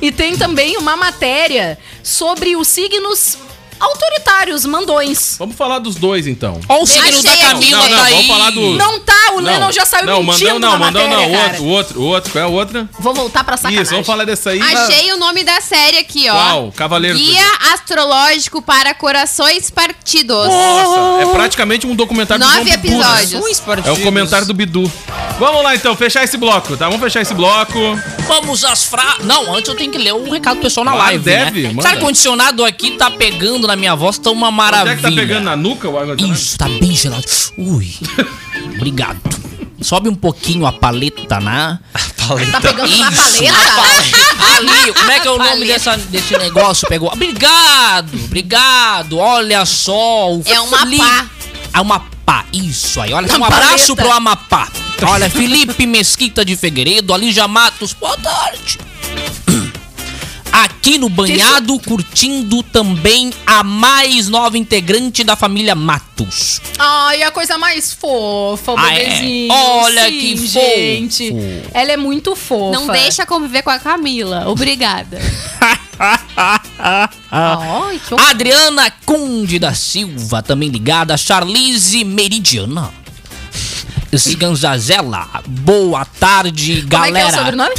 H: E tem também uma matéria sobre os signos autoritários, mandões.
E: Vamos falar dos dois, então.
F: Olha o signo da
G: aqui,
F: Camila
G: Não, não,
F: tá aí.
E: vamos falar do-
H: Não tá, o Lennon já saiu
E: não,
H: mentindo
E: mandão, não,
H: na
E: mandão
H: matéria,
E: não,
H: cara.
E: outro, outro, outro. Qual é a outra?
H: Vou voltar pra sacanagem.
E: Isso, vamos falar dessa aí.
G: Achei o nome da série aqui, ó.
E: Qual? Cavaleiros do
G: Guia Astrológico para Corações Partidos.
E: Nossa, é praticamente um documentário
G: Nove
E: João Bidu, né?
G: episódios.
E: É o comentário do Bidu. Vamos lá então, fechar esse bloco, tá? Vamos fechar esse bloco. é
F: Vamos às fra... Não, antes eu tenho que ler o recado do pessoal na
E: Claro,
F: live,
E: deve,
F: né?
E: manda.
F: Esse ar-condicionado aqui tá pegando na minha voz, tá uma
E: Onde
F: maravilha.
E: é que tá pegando na nuca o ar
F: Isso, tá bem gelado. Ui, obrigado. Sobe um pouquinho a paleta, né?
H: Tá pegando uma
F: Isso,
H: paleta?
F: paleta. Ali, como é que é o nome
G: Paleta.
F: dessa, desse negócio? Pegou. Obrigado, obrigado. Olha só. O
G: É um
F: Felipe-
G: Amapá.
F: É uma pá. Isso aí. Olha, um
H: Uma
F: abraço
H: paleta.
F: pro Amapá. Olha, Felipe Mesquita de Figueiredo, Alija Matos. Boa tarde. Aqui no banhado, curtindo também a mais nova integrante da família Matos.
H: Ai, a coisa mais fofa, o
F: Ah, é?
H: bebezinho.
F: Olha que fofo.
H: gente. Ela é muito fofa.
G: Não deixa conviver com a Camila. Obrigada. Ai, que horror.
F: Adriana Conde da Silva, também ligada. Charlize Meridiana. Ziganzazela. Boa tarde,
H: Como
F: galera.
H: é que é o sobrenome?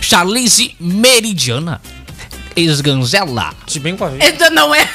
F: Charlize Meridiana. Esganzela.
I: De bem com a vida.
H: Então não é.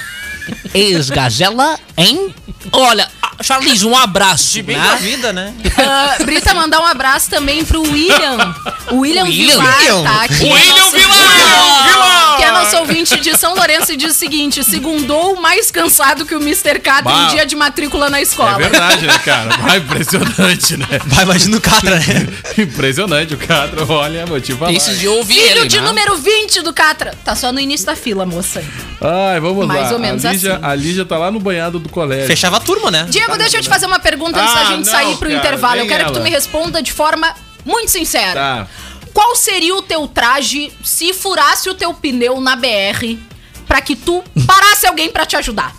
F: Esgazela, hein? Olha, a- Charlize, um abraço.
I: De bem
F: né?
I: com a vida, né?
H: Ah, Brita, mandar um abraço também pro William. O William,
F: William?
H: Vilar, tá? aqui.
F: William
H: É nosso-
F: Vilar! Vilar!
H: Que é nosso ouvinte de São Lourenço e diz o seguinte: segundou mais cansado que o Mr. K
E: Bah.
H: tem um dia de matrícula na
E: É
H: escola.
E: verdade, né, cara? Ah, impressionante, né?
I: Vai, imagina o cara, né?
E: Impressionante o cara, olha, vou te falar.
F: Esses de ouvir
H: Filho
F: ele,
H: de
F: né?
H: número 20 do Catra. Tá só no início da fila, moça.
E: Ai, vamos
H: Mais
E: lá.
H: ou menos
E: a, Lígia,
H: assim.
E: a Lígia tá lá no banhado do colégio.
I: Fechava a turma, né?
E: Tá
H: Diego, deixa eu te fazer uma pergunta antes
E: Ah,
H: da gente
E: não,
H: sair pro
E: cara,
H: intervalo. Eu
E: nem
H: quero que tu
E: ela.
H: me responda de forma muito sincera.
E: Tá.
H: Qual seria o teu traje se furasse o teu pneu na BR pra que tu parasse alguém pra te ajudar?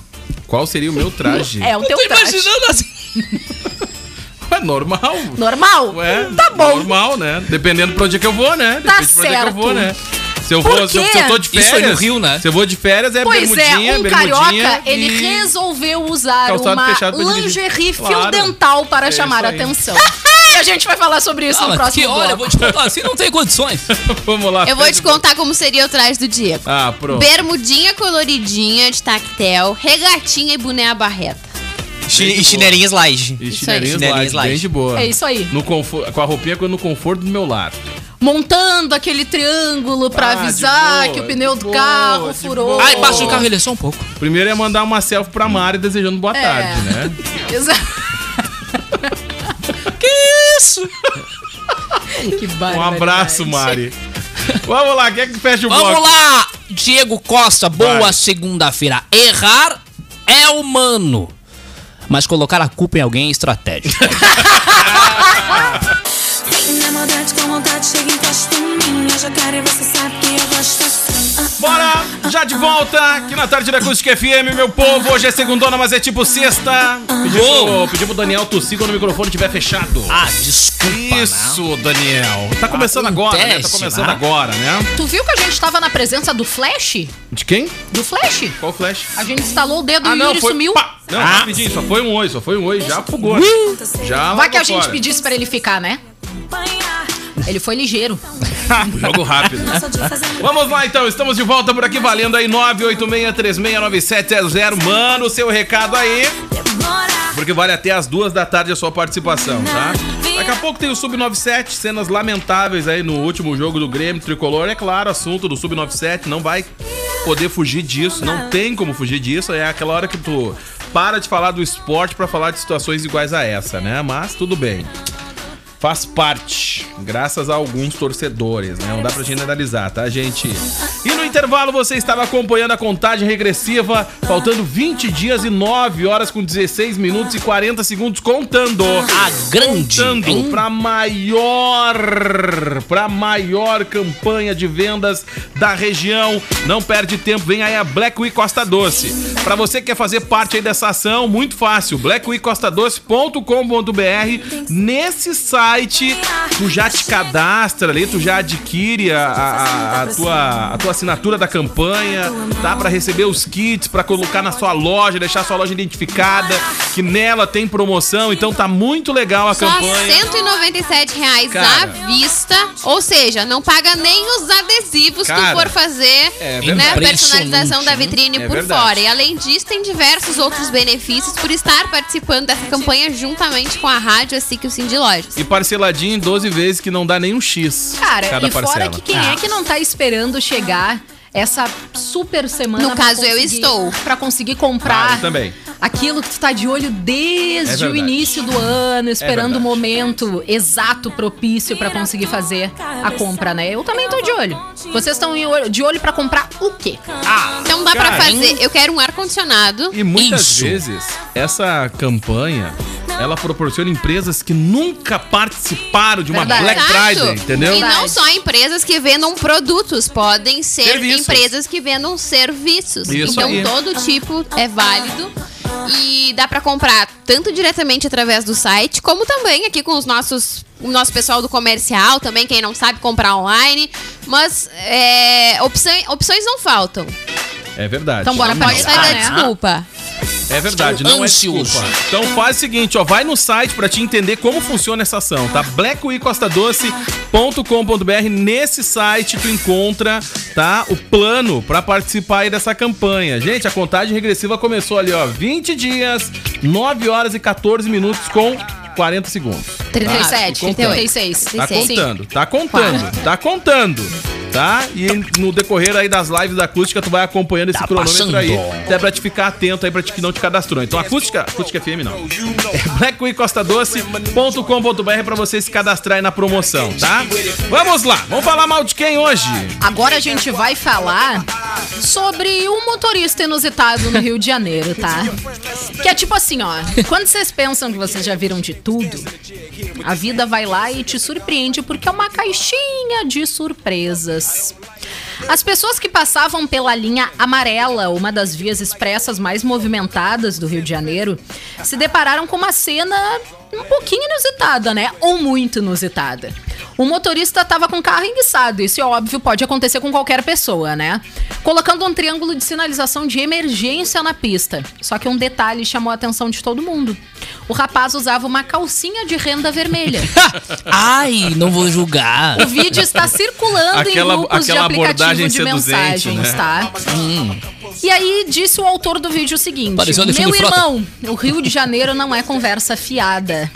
E: Qual seria o meu traje?
H: É o teu traje.
F: assim.
E: É normal.
H: Normal?
E: Ué,
H: tá bom.
E: Normal, né? Dependendo pra onde é que eu vou, né? Depende
H: Tá
E: pra onde é que eu
H: certo.
E: vou, né? Se eu,
H: Por
E: vou, se, eu,
H: quê?
E: se eu tô de
F: Isso é
E: férias.
F: no Rio, né?
E: Se eu vou de férias, é
H: Pois é,
E: bermudinha,
H: um
E: bermudinha.
H: carioca, ele
E: e-
H: resolveu usar
E: Calçado
H: uma
E: fechado pra dirigir.
H: lingerie
E: Claro.
H: fio dental para
E: É
H: chamar
E: isso
H: a
E: aí.
H: atenção. e a gente vai falar sobre isso no
F: Fala,
H: é próximo
F: Ah, que olha,
H: bloco.
F: vou te contar, assim não tem condições.
E: Vamos lá.
G: Eu vou te
E: Facebook.
G: contar como seria o traje do Diego.
E: Ah, pronto.
G: Bermudinha coloridinha de tactel, regatinha e boné à barreta.
I: Chi- E chinelinha slide.
E: E
G: Isso aí.
E: chinelinho
I: Chinelinho
E: slide, bem
I: slide.
E: de boa.
H: É isso aí.
E: No confo- com a roupinha com- no conforto do meu lar.
H: Montando aquele triângulo pra
E: Ah, de
H: avisar
E: boa,
H: que o pneu
E: de
H: do
E: boa,
H: carro
E: de
H: furou.
E: boa.
F: Ai, passa o carro ele é só um pouco.
E: Primeiro é mandar uma selfie pra Mari desejando boa
H: É.
E: tarde, né?
H: Exato.
F: Que isso?
H: Que
E: Um
H: barbaridade.
E: abraço, Mari. Vamos lá, quem é que fecha o
F: Vamos
E: bloco?
F: lá, Diego Costa, boa
E: Vai.
F: segunda-feira. Errar é humano, mas colocar a culpa em alguém é estratégia.
J: Na maldade com vontade, chega encosta em mim. Eu já quero e você sabe que eu gosto assim. Ah,
E: Bora, já de volta aqui na tarde da Acústica FM, meu povo. Hoje é segundona, mas é tipo sexta. Pedimos pro, pedi pro Daniel tossir quando o microfone estiver fechado.
F: ah, desculpa. né?
E: Isso, Daniel. Tá começando agora, né? Tá
F: Acontece,
E: começando
F: né?
E: agora, né?
H: Tu viu que a gente tava na presença do Flash?
E: De quem?
H: Do Flash?
E: Qual flash?
H: A gente instalou o dedo e o Yuri sumiu.
E: pá. Ah, Não,
F: Ah,
E: rapidinho, só foi um oi, só foi um oi. Já afogou, né? Já
H: Vai que a
E: largou
H: gente
E: fora.
H: pedisse pra ele ficar, né?
J: acompanhar.
H: Ele foi ligeiro.
E: Jogo rápido.
J: Não sou de fazer
E: Vamos lá então, estamos de volta por aqui valendo aí 986369700. Mano, seu recado aí,
J: demorar.
E: porque vale até as duas da tarde a sua participação, tá? Daqui a pouco tem o Sub-97, cenas lamentáveis aí no último jogo do Grêmio Tricolor. É claro, assunto do Sub-97, não vai poder fugir disso, não tem como fugir disso. É aquela hora que tu para de falar do esporte pra falar de situações iguais a essa, né? Mas tudo bem faz parte, graças a alguns torcedores, né? Não dá pra generalizar, tá, gente? E no intervalo você estava acompanhando a contagem regressiva, faltando 20 dias e 9 horas com 16 minutos e 40 segundos contando.
F: A É grande, hein?
E: contando para maior para maior campanha de vendas da região. Não perde tempo, vem aí a Black Week Costa Doce. Para você que quer fazer parte aí dessa ação, muito fácil, blackweekcostadoce.com.br. Nesse site tu já te cadastra ali, tu já adquire a, a- a tua, a tua assinatura da campanha, tá? Para receber os kits, para colocar na sua loja, deixar a sua loja identificada, que nela tem promoção, então tá muito legal a
G: Só
E: campanha.
G: 197 reais à
E: Cara.
G: vista. Ou seja, não paga nem os adesivos que
E: Cara,
G: tu for fazer
E: é
G: né,
E: verdade.
G: personalização da vitrine
E: É
G: por
E: verdade.
G: fora. E além disso, tem diversos outros benefícios por estar participando dessa campanha juntamente com a rádio, assim que o Cindy Lojas.
E: E parceladinho em 12 vezes que não dá nem um X.
H: Cara,
E: cada
H: e
E: parcela.
H: fora que quem é que não tá esperando chegar essa super semana?
G: No
H: pra
G: caso, eu
H: conseguir-
G: estou.
H: Pra conseguir
E: Ah,
H: comprar
E: eu também.
H: aquilo que tu tá de olho
E: É
H: desde
E: verdade. É
H: o início do ano, esperando
E: verdade.
H: o momento exato, propício pra conseguir fazer a compra, né? Eu também tô de olho. Vocês estão em olho- de olho pra comprar o quê?
G: Então dá pra
E: Cara,
G: fazer. Eu quero um ar-condicionado.
E: Ah. E muitas
F: Isso.
E: vezes essa campanha ela proporciona empresas que nunca participaram de uma
H: Verdade.
E: Black Friday, entendeu?
G: E não só empresas que vendam produtos, podem ser
E: Serviços.
G: empresas que vendam serviços.
E: Isso
G: então
E: aí.
G: todo tipo é válido. E dá pra comprar tanto diretamente através do site, como também aqui com os nossos o nosso pessoal do comercial também, quem não sabe comprar online. Mas é, opção- opções não faltam.
E: É verdade.
G: Então bora pra
F: mas-
G: sair da
F: ah, né?
G: desculpa.
E: É verdade, não é
F: Ansioso.
E: desculpa. Então faz o seguinte, ó, vai no site pra te entender como funciona essa ação, tá? blackweekcostadoce.com.br Nesse site tu encontra, tá? O plano pra participar aí dessa campanha. Gente, a contagem regressiva começou ali, ó, 20 dias, 9 horas e 14 minutos com 40 segundos.
G: 37, 38.
H: 36.
E: Ah, Tá
G: Sim.
E: contando, tá contando, tá contando. Tá? E no decorrer aí das lives da acústica, tu vai acompanhando esse
F: Tá
E: cronômetro
F: passando.
E: aí. Até pra te ficar atento aí, pra te que não te cadastrou. Então, acústica, acústica FM não. É blackweekcostadoce.com.br pra você se cadastrar aí na promoção, tá? Vamos lá, vamos falar mal de quem hoje?
H: Agora a gente vai falar Ah, sobre um motorista inusitado no Rio de Janeiro, tá? Que é tipo assim, ó. Quando vocês pensam que vocês já viram de tudo, a vida vai lá e te surpreende porque é uma caixinha de surpresas. As pessoas que passavam pela linha amarela, uma das vias expressas mais movimentadas do Rio de Janeiro, se depararam com uma cena um pouquinho inusitada, né? Ou muito inusitada. O motorista estava com o carro enguiçado, isso é óbvio, pode acontecer com qualquer pessoa, né? Colocando um triângulo de sinalização de emergência na pista. Só que um detalhe chamou a atenção de todo mundo. O rapaz usava uma calcinha de renda vermelha.
F: Tá. Ai, não vou julgar.
H: O vídeo está circulando
E: Aquela-
H: em grupos de
E: aquela
H: aplicativo
E: abordagem
H: de
E: seduzente,
H: mensagens,
E: né?
H: tá? E aí disse o autor do vídeo o seguinte:
F: Pareceu o
H: Meu
F: Alexandre Frota."
H: irmão, o Rio de Janeiro não é conversa fiada.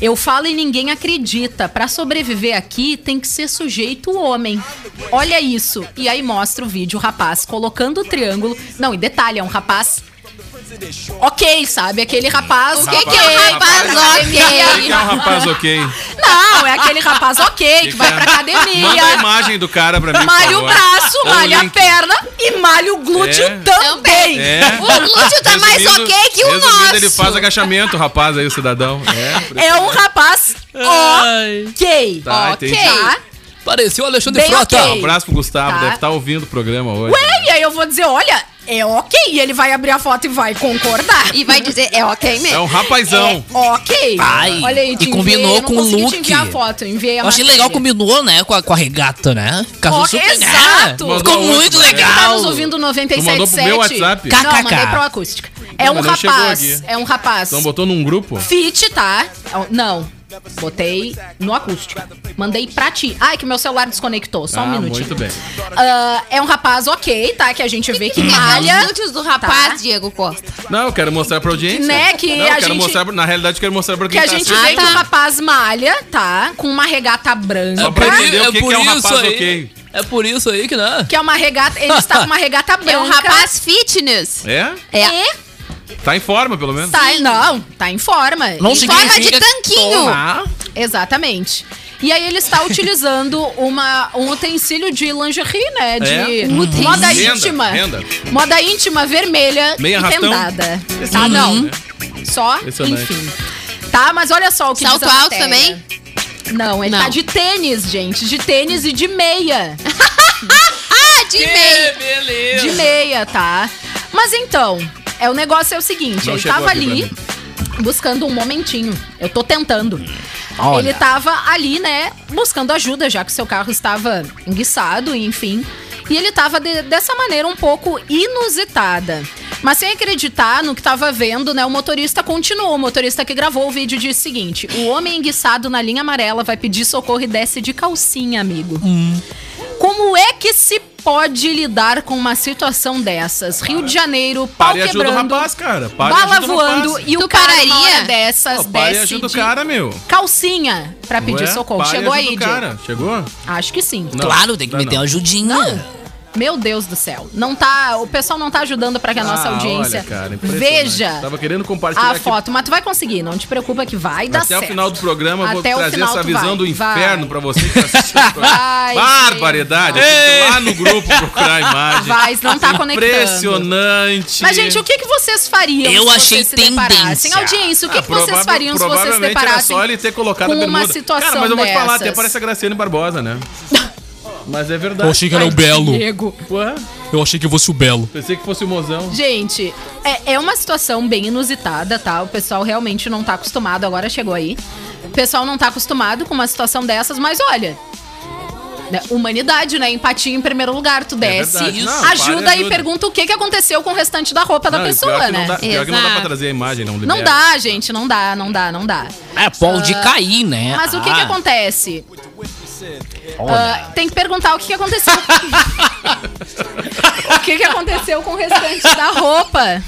H: Eu falo e ninguém acredita. Pra sobreviver aqui tem que ser sujeito homem. Olha isso. E aí mostra o vídeo, o rapaz colocando o triângulo. Não, e detalhe, é um rapaz. Ok, sabe? Aquele rapaz.
E: Tá
G: O que, que é um rapaz
E: Quem
G: ok?
E: é um rapaz ok?
H: Não, é aquele rapaz ok que vai pra academia.
E: é? Manda a imagem do cara pra mim, por
H: Malha o
E: favor.
H: braço,
E: Ou é. o
H: malha a
E: link.
H: perna e malha o glúteo
E: É.
H: também.
E: É.
G: O glúteo tá mais
E: Resumindo-
G: ok que o
E: resumindo,
G: nosso.
E: ele faz agachamento, rapaz aí, o cidadão. É,
H: É um rapaz
F: Ai,
H: ok.
E: Tá,
H: ok.
E: entendi.
H: Tá?
F: pareceu o Alexandre
H: Bem
F: Frota.
H: ok.
E: Um abraço pro Gustavo,
H: Tá.
E: deve estar ouvindo o programa hoje.
H: Ué, e aí eu vou dizer, olha, é ok. E ele vai abrir a foto e vai concordar.
G: E vai dizer, é ok mesmo.
E: É um rapazão.
H: Ok.
F: Ai,
H: olha aí,
F: e
H: te enviei,
F: combinou
H: eu não
F: com o
H: consegui
F: look.
H: Te enviar a foto, eu enviei a
F: Eu achei
H: matéria.
F: legal, combinou, né? Com a, com a regata, né? Casou
H: Ó,
F: super.
H: exato.
F: né?
E: Mandou
F: Ficou muito
E: outro, né?
H: Quem
F: legal.
H: tá nos ouvindo
E: Tu mandou pro meu
H: 977.
E: WhatsApp?
H: Não,
F: KKK.
H: mandei pro acústica. É
E: Não,
H: um
E: mas não chegou
H: rapaz.
E: aqui.
H: É um rapaz.
E: Então botou num grupo?
H: Fit, tá? Não. Botei no acústico. Mandei pra ti. Ai, que meu celular desconectou. Só um
E: Ah,
H: minutinho.
E: muito bem.
H: Ah, é um rapaz ok, tá? Que a gente vê que
G: Olha os
H: malha.
G: glúteos do rapaz,
H: Tá.
G: Diego Costa.
E: Não, eu quero mostrar pra audiência.
H: Né, que
E: não, eu
H: a
E: quero
H: gente-
E: mostrar, pra- na realidade, eu quero mostrar pra
H: Que
E: quem
H: a
E: tá
H: gente
E: assistindo.
H: vê que o
G: tá.
H: rapaz malha, tá? Com uma regata branca.
E: Só pra entender o que que é um rapaz
F: aí.
E: ok.
F: É por isso aí que não.
H: Que é uma regata. Ele está com uma regata branca.
G: É um rapaz fitness.
E: É?
G: É.
E: Tá em forma, pelo menos.
H: Tá, não, tá em forma.
F: Não
H: Em
G: forma de
F: significa
E: Tá.
G: tanquinho.
F: tomar.
H: Exatamente. E aí ele está utilizando uma, um utensílio de lingerie, né? De
E: É.
H: moda
E: Renda,
H: íntima.
E: renda.
H: Moda íntima, vermelha
E: Meia
H: e
E: rastão.
H: rendada. Ah,
G: Tá
F: é um
E: Impressionante,
H: não.
F: Uhum.
E: né?
H: Só,
E: Impressionante.
H: enfim. Tá, mas olha só o que
G: Salto
H: diz a
G: alto
H: matéria.
G: também?
H: Não, ele
G: Não.
H: tá de tênis, gente. De tênis e de meia.
G: Ah, de meio.
E: beleza.
H: De meia, tá? Mas então, é o negócio é o seguinte,
E: Não
H: ele
E: chegou
H: tava
E: aqui pra
H: ali
E: mim.
H: buscando um momentinho. Eu tô tentando.
F: Olha.
H: Ele tava ali, né, buscando ajuda, já que seu carro estava enguiçado, enfim. E ele tava de- dessa maneira um pouco inusitada. Mas sem acreditar no que tava vendo, né, o motorista continuou. O motorista que gravou o vídeo disse o seguinte: "O homem enguiçado na linha amarela vai pedir socorro e desce de calcinha, amigo".
E: Hum.
H: Como é que se pode lidar com uma situação dessas? Rio de Janeiro, pau
E: Pare e ajuda o
H: quebrando,
E: rapaz, cara. Pare e
H: bala
E: ajuda o rapaz.
H: voando e
G: Tu
H: o cara
G: pararia?
H: numa hora dessas
E: Pô, Pare e
H: desce
E: ajuda o
H: de
E: cara, meu.
H: calcinha pra pedir
F: é?
E: Ué,
H: socorro.
E: pare e
H: Chegou
E: ajuda
H: aí,
E: o
H: Diego?
E: cara. Chegou?
H: Acho que sim.
E: Não.
F: Claro, tem que
E: Não,
F: meter
E: não.
F: uma ajudinha.
H: Meu Deus do céu. Não tá, o pessoal não tá ajudando pra que a nossa
E: Ah,
H: audiência
E: olha, cara, impressionante.
H: veja
E: Tava querendo compartilhar
H: a
E: aqui né?
H: foto, mas tu vai conseguir, tá não te preocupa que vai dar
E: Até
H: Tá certo.
E: o final do programa eu vou
H: Até o
E: trazer
H: final
E: essa
H: tu
E: visão
H: vai,
E: do
H: vai.
E: inferno pra você que tá assistindo o programa.
H: Vai,
E: Barbaridade.
H: gente,
E: Eu fui lá no grupo procurar a imagem.
H: Vai, não tá conectando.
E: Impressionante.
H: Mas, gente, o que, que vocês fariam
F: Eu
H: se
F: achei
H: vocês se deparassem?
F: tendência.
H: Audiência, o que,
E: Ah,
H: que vocês
E: provável-
H: fariam se vocês se
E: provavelmente era
H: deparassem
E: só ele ter colocado
H: com
E: a bermuda.
H: uma situação
E: Cara, mas eu vou te falar, até
H: dessas?
E: parece a Graciane Barbosa, né? mas é verdade.
K: Eu achei que era o Belo.
H: Diego.
E: Ué,
K: Eu achei que fosse o Belo.
E: pensei que fosse o mozão.
H: Gente, é, é uma situação bem inusitada, tá? O pessoal realmente não tá acostumado, agora chegou aí. O pessoal não tá acostumado com uma situação dessas, mas olha. né, Humanidade, né? Empatia em primeiro lugar, tu desce,
E: É verdade. Não,
H: ajuda
E: para e
H: e
E: ajuda.
H: pergunta o que, que aconteceu com o restante da roupa da
E: Não, e pior
H: pessoa,
E: que
H: né?
E: Não dá, pior que não dá pra
G: Exato.
E: trazer a imagem, não.
H: Não
E: libera.
H: dá, gente, não dá, não dá, não dá.
F: É, pode cair, né?
H: Ah. Mas o que que
F: Ah,
H: acontece?
F: olha.
H: Ah, tem que perguntar o que que aconteceu. o que que aconteceu com o restante da roupa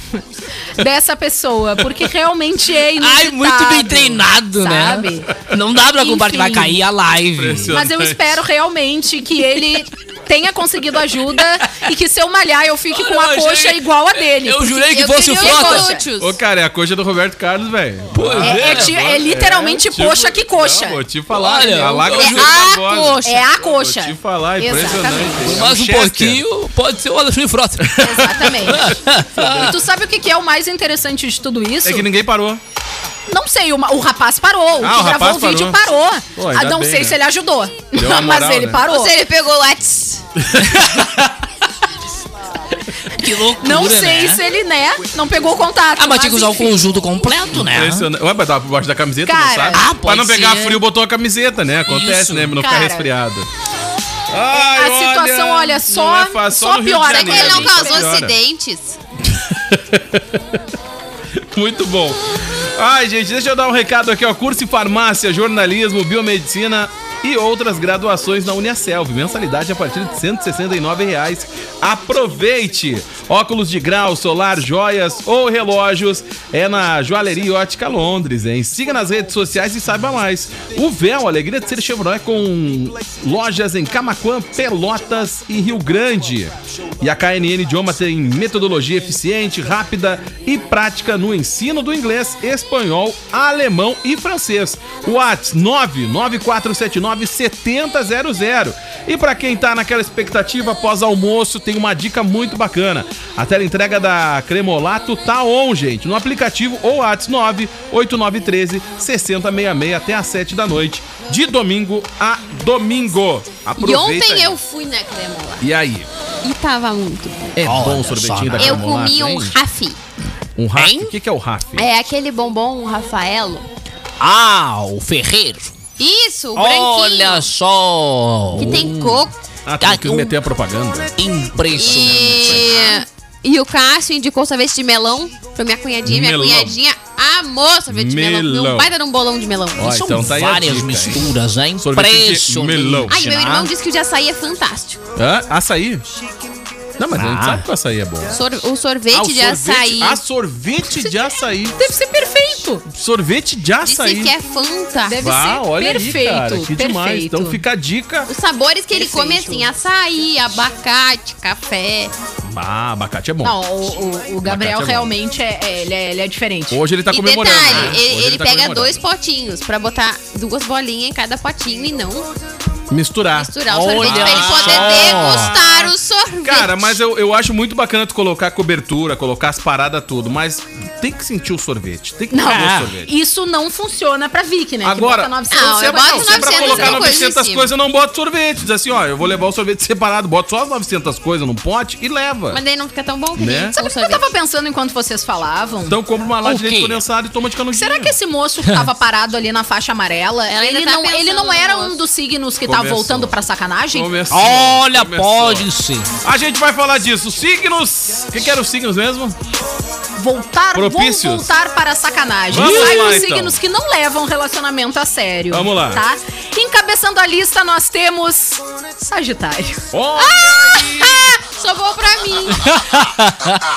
H: dessa pessoa? Porque realmente é inusitado.
F: Ai, muito bem treinado,
H: sabe?
F: né? Não dá pra
H: Enfim.
F: compartilhar, vai cair a live.
E: Impressionante.
H: Mas eu espero realmente que ele tenha conseguido ajuda e que se eu malhar eu fique com a
F: Olha, eu
H: coxa
F: achei-
H: igual a dele.
F: eu
H: porque
F: jurei que
H: eu
F: fosse o
H: queria
F: Frota.
H: coxa.
E: Ô, cara, é a coxa do Roberto Carlos, velho.
H: É, é ti- é literalmente coxa que coxa.
E: tipo Não, vou te falar.
F: Olha,
E: a lá
F: é
E: Graciane
H: a
E: Barbosa.
H: coxa. É a coxa.
E: Vou te falar,
H: Exatamente.
E: impressionante. É
F: Mais um
E: Chester.
F: pouquinho, pode ser o Alexandre Frota.
H: Exatamente. e tu sabe o que que é o mais interessante de tudo isso?
E: É que ninguém parou.
H: Não sei, o, ma- o rapaz parou. O
E: Ah,
H: que
E: o
H: gravou
E: rapaz
H: o vídeo
E: parou.
H: parou.
E: Pô,
H: Ah,
E: ainda
H: não
E: bem,
H: sei
E: né?
H: se ele ajudou.
E: Deu uma
H: mas
E: moral,
H: ele
E: né?
H: parou.
G: Ou se ele pegou o Whats.
F: Que loucura,
H: não sei
F: né?
H: se ele, né? Não pegou o contato.
F: Ah, mas tinha que usar o
H: enfim.
F: conjunto completo, né?
E: Impressionante. Ué, mas tava por baixo da camiseta,
H: É. Cara,
E: não sabe?
F: ah,
E: pra
F: pode
E: não pegar
F: ser.
E: frio, botou a camiseta, né? Acontece,
F: Isso.
E: né? Pra não
H: Cara, É,
E: ficar resfriado. Ai,
H: a situação, olha, só-
E: não é fácil,
H: só
E: no Rio de
H: piora. É
G: Será que ele
E: Janeiro,
G: não
E: só
G: causou
E: piora.
G: acidentes?
E: Muito bom. Ai, gente, deixa eu dar um recado aqui, ó. Curso em farmácia, jornalismo, biomedicina e outras graduações na Uniaselv. Mensalidade a partir de R$ 169 reais. Aproveite! Óculos de grau, solar, joias ou relógios é na Joalheria Ótica Londres, hein? Siga nas redes sociais e saiba mais. O Véu, Alegria de Ser Chevrolet com lojas em Camaquã, Pelotas e Rio Grande. E a KNN Idioma tem metodologia eficiente, rápida e prática no ensino do inglês, espanhol, alemão e francês. Whats 994797000. E para quem tá naquela expectativa após almoço, tem uma dica muito bacana. A teleentrega da Cremolato tá on, gente, no aplicativo ou Whats 98913 6066 até às 7 da noite, de domingo a domingo.
G: E
E: Aproveita.
G: ontem
E: aí.
G: eu fui na Cremola.
E: E aí?
G: E tava muito bom.
E: É
F: Olha
E: bom o
F: só,
E: sorvetinho
F: né?
E: da
G: Eu
E: Cremolato,
G: comi um
E: hein?
G: Rafi.
E: Um raf?
F: Hein?
E: O que, que é o raf?
G: É aquele bombom, um Rafaelo.
F: Ah, o Ferreiro.
G: Isso, o
F: Olha
G: branquinho.
F: só.
G: Que tem coco.
E: Ah, tu não
G: tá,
E: quis
F: um-
E: meter a propaganda.
F: Impressionante.
G: E, e o Cássio indicou sorvete de melão pra minha cunhadinha. Minha
E: Melão.
G: cunhadinha amou sorvete de melão. Meu
E: Melão.
G: pai era um bolão de melão.
E: Ó,
F: São
E: então tá aí a
F: várias
E: dica, hein?
F: misturas, né?
E: Sorvete de
F: Impressionante.
E: melão.
G: Ai, meu
F: né?
G: irmão disse que o de açaí é fantástico.
E: Hã? Açaí? Não, mas a gente
F: Ah.
E: sabe que o açaí é bom.
G: Sor- o sorvete
E: Ah, o
G: de açaí.
E: Ah, sorvete de açaí.
H: Deve ser perfeito.
E: Sorvete de açaí.
G: Disse que é Fanta.
H: Deve
E: Vá,
H: ser
E: olha
H: perfeito.
E: aí, cara. Que demais.
H: perfeito.
E: Então fica a dica.
G: Os sabores que ele come é assim, açaí, abacate, café.
E: Ah, abacate é bom.
H: Não, o, o- o
E: Abacate
H: Gabriel
E: é bom.
H: realmente é, é- ele é, ele é diferente.
E: Hoje ele tá
G: e
E: comemorando.
G: detalhe,
E: né? Hoje
G: ele, ele
E: tá
G: pega
E: comemorando.
G: dois potinhos pra botar duas bolinhas em cada potinho e não
E: Misturar.
G: misturar o sorvete
E: Olha
G: pra ele poder
E: só.
G: degustar o sorvete.
E: Cara, mas eu, eu acho muito bacana tu colocar cobertura, colocar as paradas tudo, mas tem que sentir o sorvete. Tem que
H: Não,
E: comer o sorvete.
H: isso não funciona pra Vicky, né?
E: Agora-
H: que bota 900
G: Não, Ah, eu
H: pra
G: boto
E: Se
H: não.
E: é pra
G: 900
E: colocar
G: é uma coisa
E: 900
G: em
E: coisas, eu não boto sorvete. Diz assim, ó, eu vou levar o sorvete separado, boto só as 900 coisas num pote e leva.
G: Mas daí não fica tão bom que
E: Né?
G: nem
H: Sabe o que eu tava pensando enquanto vocês falavam?
E: Então compra uma lata de
F: O
E: leite
F: quê?
E: condensado e toma de canudinho.
H: Será que é assim? esse moço que tava parado ali na faixa amarela,
G: Ela ainda
H: ele,
G: tá
H: não, ele não
G: pensando
H: era
G: no
H: um
G: moço.
H: dos signos que tá
E: Começou.
H: voltando pra sacanagem?
E: Começou,
F: Olha,
E: começou.
F: pode ser.
E: A gente vai falar disso. Signos. O que, que eram os signos mesmo?
H: Voltar,
E: Propícios.
H: vou voltar para a sacanagem.
E: Vamos
H: Sai
E: lá,
H: dos
E: então.
H: signos que não levam relacionamento a sério.
E: Vamos lá.
H: Tá? Encabeçando a lista, nós temos Sagitário.
E: Oh,
G: Só vou pra mim.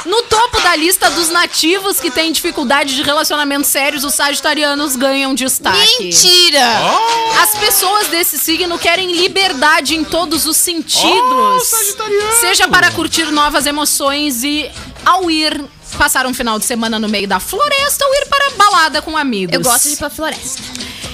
H: No topo da lista dos nativos que têm dificuldade de relacionamentos sérios, os sagitarianos ganham destaque.
G: Mentira!
E: Oh!
H: As pessoas desse signo querem liberdade em todos os
E: Oh,
H: sentidos.
E: sagitariano!
H: seja para curtir novas emoções e ao ir passar um final de semana no meio da floresta ou ir para a balada com amigos.
G: Eu gosto de ir pra floresta.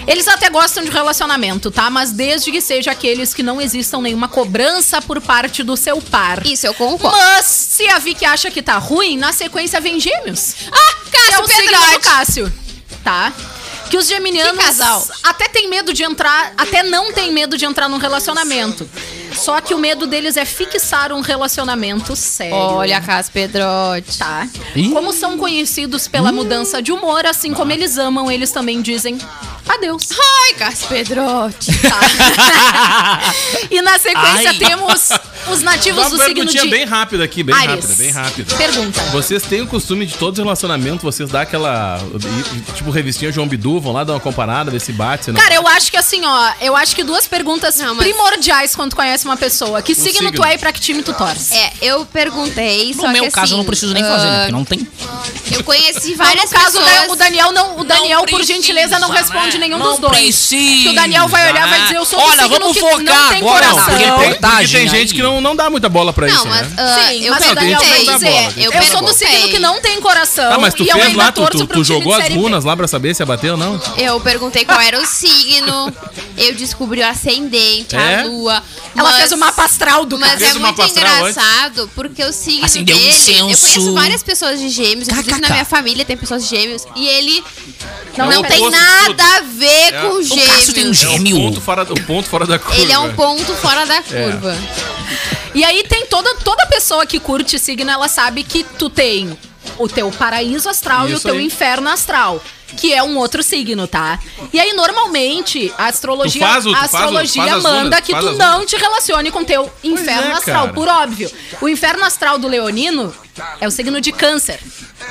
H: Eles até gostam de relacionamento, tá? Mas desde que seja aqueles que não existam nenhuma cobrança por parte do seu par.
G: Isso, eu concordo.
H: Mas se a Vicky acha que tá ruim, na sequência vem gêmeos.
G: Ah,
H: Que é
G: Cássio
H: o signo do
G: Pedrotti.
H: Cássio. Tá? Que os geminianos
G: Que casal.
H: até tem medo de entrar, até não tem medo de entrar num relacionamento. Só que o medo deles é fixar um relacionamento sério.
G: Olha, Cássio Pedrotti.
H: Tá.
F: Ih.
H: Como são conhecidos pela mudança de humor, assim como eles amam, eles também dizem adeus.
G: Ai, Cássio Pedrotti.
H: Tá? E na sequência
F: Ai.
H: temos os nativos
E: Só
H: do
E: uma
H: signo
E: perguntinha
H: de
E: bem rápida aqui, bem
H: Áries.
E: rápida, bem rápida.
H: Pergunta.
E: Vocês têm o costume de todos os relacionamentos, vocês dá aquela. Tipo, revistinha João Bidu, vão lá dar uma comparada, ver se bate, se não.
H: Cara, eu acho que assim, ó, eu acho que duas perguntas
G: Não, mas-
H: primordiais quando tu conhece uma pessoa. Que signo,
E: signo.
H: tu é e pra que time tu torce?
G: É, eu perguntei, só
F: No meu
G: que
F: caso,
G: assim,
F: eu não preciso nem fazer,
H: ah,
F: né? Porque não tem.
G: Eu conheci várias
H: no caso,
G: pessoas...
H: da- o Daniel não, o Daniel por
F: precisa,
H: gentileza não
F: né?
H: responde nenhum
F: Não
H: dos dois.
F: precisa,
H: Que o Daniel vai olhar, vai dizer eu sou do
F: né? Olha,
H: signo
F: vamos
H: que
F: focar
H: não tem
F: agora,
H: coração.
F: porque
E: Porque- porque
F: reportagem
E: tem
F: aí.
E: gente que não, não dá muita bola pra
G: Não,
E: isso,
G: mas,
E: né?
G: ah,
H: Sim,
G: eu
H: mas o
E: perguntei.
H: Daniel
E: Tem
H: vai
E: gente
H: dizer,
E: que não dá bola,
H: eu,
G: Tá
E: tem gente que
H: sou
E: não
H: do
E: dá
H: signo que não tem coração.
E: Tá, mas tu
H: e eu
E: fez
H: ainda
E: lá, tu,
H: torço
E: tu,
H: pro
E: tu
H: time
E: jogou
H: de
E: as
H: Série B.
E: runas lá pra saber se abateu ou não?
G: Eu perguntei qual era o signo, eu descobri o ascendente,
E: É?
G: a lua.
H: Ela
G: mas-
H: fez o mapa astral do
G: Mas
H: cara. Assim,
E: Fez
G: é
E: o
G: muito
E: mapa astral antes?
G: engraçado, porque o signo
F: Acendeu um
G: dele... Eu
F: incenso.
G: conheço várias pessoas de gêmeos, inclusive na
F: KKK.
G: minha família tem pessoas de gêmeos, e ele não,
E: o
G: tem
E: oposto de tudo.
G: nada a ver
E: É.
G: com
E: O
F: O Cássio tem um
G: gêmeos.
F: gêmeo.
E: O É ponto fora, o ponto fora da curva. Tá
G: Ele é um ponto fora da curva.
H: E aí tem toda, toda pessoa que curte signo, ela sabe que tu tem o teu paraíso astral e o
E: Isso
H: teu
E: aí.
H: inferno astral. Que é um outro signo, tá? E aí, normalmente, a astrologia,
E: Tu faz o- tu
H: a
E: faz o-
H: astrologia
E: faz as
H: manda
E: ondas,
H: que
E: faz
H: tu
E: as
H: não te relacione com teu inferno
E: é,
H: astral,
E: cara.
H: por óbvio. O inferno astral do leonino é o signo de câncer.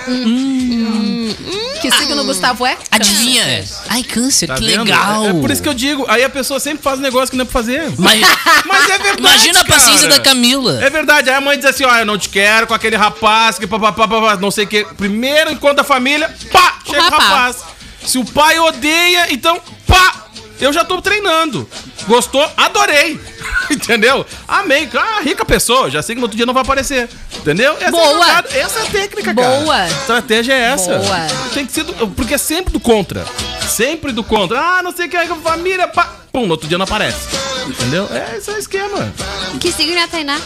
H: Hum.
E: Hum.
H: Que
E: Ah.
H: signo, Gustavo, é?
F: Adivinha? Ai, câncer,
E: Tá
F: que
E: vendo?
F: legal.
E: É, por isso que eu digo. Aí a pessoa sempre faz um negócio que não é pra fazer.
F: Mas-
E: Mas é verdade.
F: Imagina a
E: cara.
F: paciência da Camila.
E: É verdade. Aí a mãe diz assim: ó, eu não te quero com aquele rapaz que papapá, papapá, não sei o quê. Primeiro enquanto a família, pá, chega o rapaz.
G: rapaz.
E: Se o pai odeia, então, pá, eu já tô treinando. Gostou? Adorei. Entendeu? Amei. Ah, rica pessoa. Já sei que no outro dia não vai aparecer. Entendeu? Essa
H: Boa.
E: É a jogada, essa é a técnica, cara.
H: Boa.
E: Estratégia é essa.
H: Boa.
E: Tem que ser do, porque é sempre do contra. Sempre do contra. Ah, não sei o que é família, pá. Pum, no outro dia não aparece. Entendeu? É esse é o esquema.
G: Que signo é a Tainá?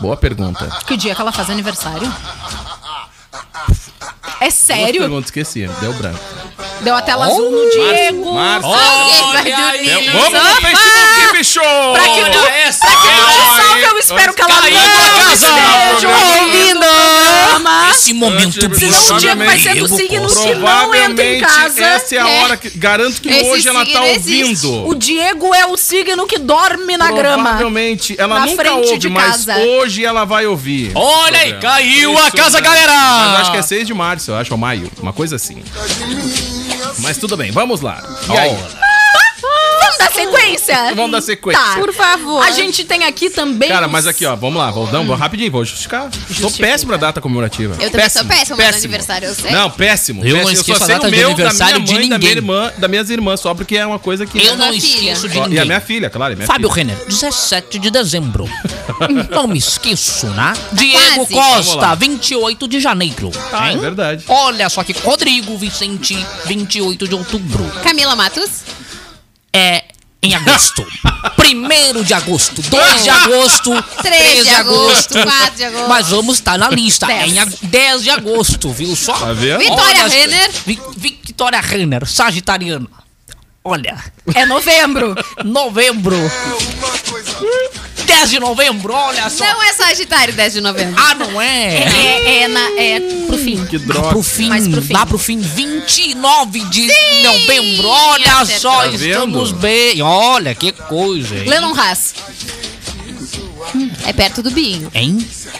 E: Boa pergunta.
H: Que dia que ela faz aniversário? É
E: Duas
H: sério?
E: perguntas, esqueci, deu branco.
H: Deu a tela azul no Diego.
E: Março. É,
G: Vai
F: Olha
G: dormir.
F: aí.
E: no Facebook, bicho!
H: Pra que tu,
F: Olha essa!
H: pra que tu
E: Olha
H: salve, eu
E: aí.
H: espero que ela
F: Caiu
H: não
F: na casa.
H: esteja ouvindo o programa.
F: Esse momento
E: Antes,
H: Senão o Diego vai ser do
F: Diego
H: signo
F: Costa.
H: que não entra em
E: Provavelmente
H: casa.
E: essa é a
G: né?
E: hora que. Garanto que
G: Esse
E: hoje ela
G: signo
E: tá
G: existe.
E: ouvindo.
H: O Diego é o signo que dorme na grama.
E: Provavelmente ela
H: Na
E: nunca
H: frente
E: ouve,
H: de
E: mas
H: casa.
E: hoje ela vai ouvir.
F: Olha aí, caiu a
E: Isso,
F: casa,
E: né?
F: galera!
E: Mas acho que é 6 de março, eu acho, ou maio, uma coisa assim. Mas tudo bem, vamos lá. E aí?
H: Vamos dar sequência.
E: Vamos dar sequência.
H: Tá.
E: Por
G: favor.
H: é. A gente tem aqui também.
E: Cara,
H: os-
E: mas aqui, ó, vamos lá, Valdão, vou rapidinho, vou justificar. Sou péssimo pra data comemorativa.
G: Eu também sou péssimo, mas aniversário eu sei.
E: Não, péssimo.
F: Eu não
E: péssimo.
F: esqueço
E: só
F: a
E: sei
F: data
E: o
F: de
E: meu,
F: aniversário
E: da
F: de
E: minha mãe, da minha
F: ninguém.
E: irmã, das minhas irmãs, só porque é uma coisa que...
F: Eu não
G: Sua filha.
F: esqueço de
E: Ó, E a
F: ninguém.
E: minha filha, claro, é minha
F: Fábio
E: filha.
F: Renner, 17 de dezembro. Não me esqueço, né? Diego
G: Tá quase.
E: Vamos lá.
F: Costa, 28 de janeiro.
E: Ah, é
F: hein?
E: verdade.
F: Olha só que Rodrigo Vicente, 28 de outubro.
G: Camila Matos.
F: É em agosto. 1 de agosto, 2 de agosto,
G: 3 de agosto, 4 de agosto.
F: Mas vamos estar na lista. É em ag- 10 de agosto, viu só?
E: Tá vendo?
G: Vitória
F: Olha,
G: Renner.
F: Vi- Victoria Renner, sagitariana. Olha,
H: É novembro.
F: novembro. 10 de novembro, olha só.
H: Então
G: Não é Sagitário 10 de novembro.
F: Ah, não é?
H: é, é, na, é pro fim.
E: Que
F: Lá
E: droga.
F: pro fim,
H: Mas pro fim.
F: lá pro fim, 29 de novembro. Olha
G: acertou.
F: só,
E: Tá vendo?
F: estamos bem. Olha que coisa, hein?
H: Lennon Haas.
G: É perto do Binho.
F: Em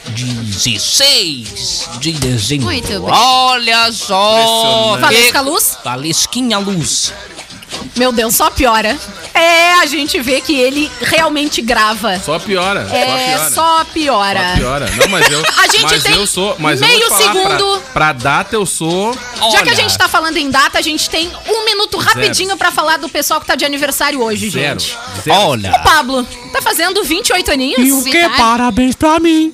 F: 16 de dezembro.
G: Muito bem.
F: Olha só.
H: Impressionante. Valesca Luz?
F: Valesquinha Luz.
H: Meu Deus, só piora. É, a gente vê que ele realmente grava.
E: Só piora,
H: É,
E: só piora.
H: só piora.
E: Só piora. Não, mas eu,
H: A gente
E: mas
H: tem
E: eu sou, mas eu vou
H: meio
E: te falar, pra-
H: segundo.
E: Pra, data eu sou.
H: Já que a
F: Olha.
H: gente tá falando em data, a gente tem um minuto rapidinho pra falar do pessoal que tá de aniversário hoje,
E: Zero.
H: gente.
E: Zero.
F: Olha.
H: O Pablo tá fazendo 28 aninhos.
G: que
K: Parabéns pra mim.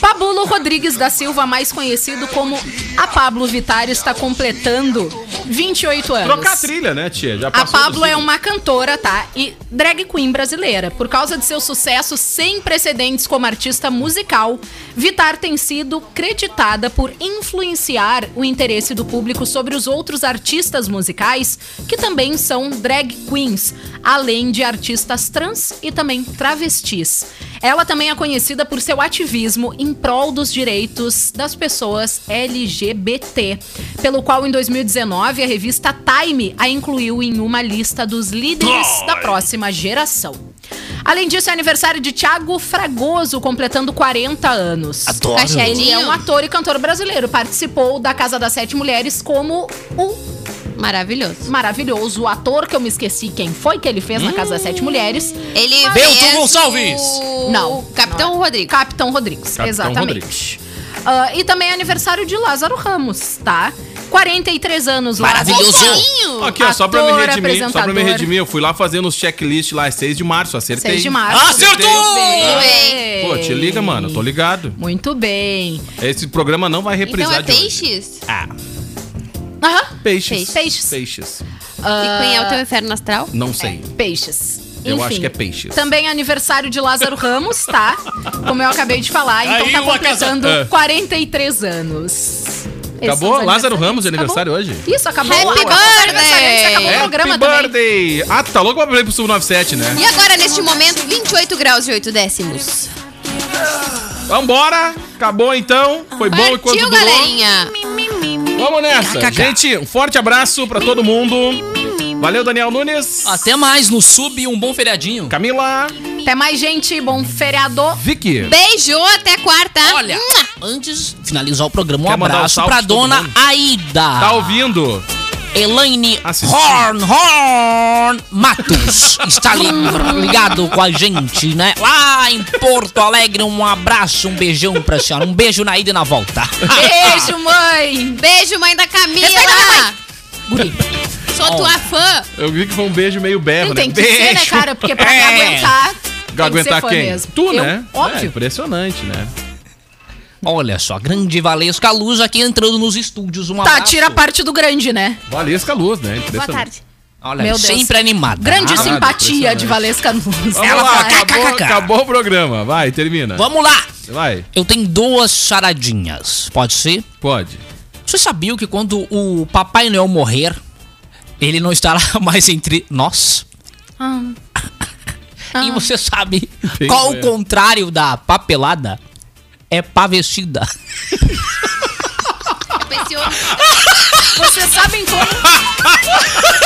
H: Pabulo Rodrigues da Silva, mais conhecido como a Pablo Vittar, está completando 28 anos.
E: Trocar a trilha, né, tia? Já
H: A
E: passou
H: Pablo
E: dos-
H: é uma cantora, tá? E drag queen brasileira. Por causa de seu sucesso sem precedentes como artista musical, Vitar tem sido creditada por influenciar o interesse do público sobre os outros artistas musicais que também são drag queens, além de artistas trans e também travestis. Ela também é conhecida por seu ativismo em prol dos direitos das pessoas LGBT, pelo qual em 2019 a revista Time a incluiu em uma lista dos líderes da próxima geração. Além disso, é aniversário de Thiago Fragoso, completando 40 anos.
F: Adoro.
H: Ele é um
G: Cacheadinho.
H: ator e cantor brasileiro, participou da Casa das Sete Mulheres como o
G: Maravilhoso.
H: maravilhoso ator que eu me esqueci quem foi que ele fez na Casa das
G: Hum.
H: Sete Mulheres.
G: Ele
K: Bento
G: fez
K: Gonçalves.
G: O...
H: Não.
G: Capitão
H: Não. é.
G: Rodrigo.
H: Capitão Rodrigues,
E: Capitão
H: exatamente.
E: Rodrigues.
H: Ah, e também é aniversário de Lázaro Ramos, tá? 43 anos,
F: Maravilhoso.
H: Lázaro.
G: Gonçalvinho.
E: Aqui, ó, só pra me
H: Ator,
E: redimir, só pra me
H: apresentador.
E: redimir, eu fui lá fazendo os checklist lá, 6 de março, acertei. um
H: 6 de
E: Ah,
H: março.
G: Tudo bem.
E: Pô, te liga, mano, eu tô ligado.
H: Muito bem.
E: Esse programa não vai
G: Então
E: reprisar
G: é
E: de hoje.
G: peixes?
H: Aham.
E: Peixes.
H: Peixes.
E: Peixes.
G: E quem é o teu inferno astral?
E: Não sei.
H: É, Peixes.
E: Eu
H: Enfim.
E: acho que é peixes.
H: Também é aniversário de Lázaro Ramos, tá? Como eu acabei de falar. Então
K: Aí,
H: tá
K: uma
H: completando
E: casa- É.
H: 43 anos. Esses
E: Acabou?
H: são os
E: Lázaro
H: aniversariantes.
E: Ramos de aniversário
H: Acabou.
E: hoje?
H: Isso, acabou.
G: Happy
H: Acabou os
G: birthday!
H: aniversariantes, Acabou o É. um programa também.
E: birthday! Ah, tu tá louco pra ir pro Sub-97, né?
G: E agora, neste momento, 28 graus e 8 décimos.
E: Vambora! Acabou então. Foi bom enquanto
G: Partiu,
E: durou.
G: galerinha.
E: Vamos nessa. Gente, um forte abraço pra todo mundo. Valeu, Daniel Nunes.
F: Até mais no sub um bom feriadinho.
E: Camila.
H: Até mais, gente. Bom feriado.
E: Vicky.
G: Beijo, até quarta.
F: Olha, antes de finalizar o programa, um
E: Quer mandar um
F: abraço
E: salve
F: pra
E: pra todo
F: dona
E: mundo?
F: Aida.
E: Tá ouvindo?
F: Elaine
E: Assistindo.
F: Horn Horn Matos está li- ligado com a gente, né? Lá em Porto Alegre, um abraço, um beijão pra senhora. Um beijo na ida e na volta.
H: Beijo, mãe.
G: Beijo, mãe da Camila.
H: Respeita minha mãe.
F: Guri.
G: Sou tua fã.
E: Eu vi que foi um beijo meio berro,
H: Não
E: né?
H: tem que ser, né, cara? Porque pra me
F: É.
H: aguentar. tem que
E: aguentar
H: ser fã
E: quem?
H: mesmo.
E: Tu,
H: Eu,
E: né? É,
H: Óbvio.
E: impressionante, né?
F: Olha só, grande Valesca Luz aqui entrando nos estúdios. Um
H: Tá,
F: abraço.
H: tira a parte do grande, né?
E: Valesca Luz, né? Impressionante.
F: Olha,
H: Meu Deus.
F: sempre animada.
H: Grande
F: Ah,
H: simpatia de
E: impressionante.
H: Valesca Luz.
E: Vamos
F: Ela
E: lá,
F: fala,
E: acabou,
F: "Kkk".
E: acabou o programa. Vai, termina.
F: Vamos lá.
E: Vai,
F: Eu tenho duas charadinhas. Pode ser?
E: pode.
F: Você sabia que quando o Papai Noel morrer, ele não estará mais entre nós?
H: Ah.
F: E você sabe
E: Entendi.
F: qual o contrário da papelada? É pavestida.
G: Eu pensei outro.
H: Vocês sabem como.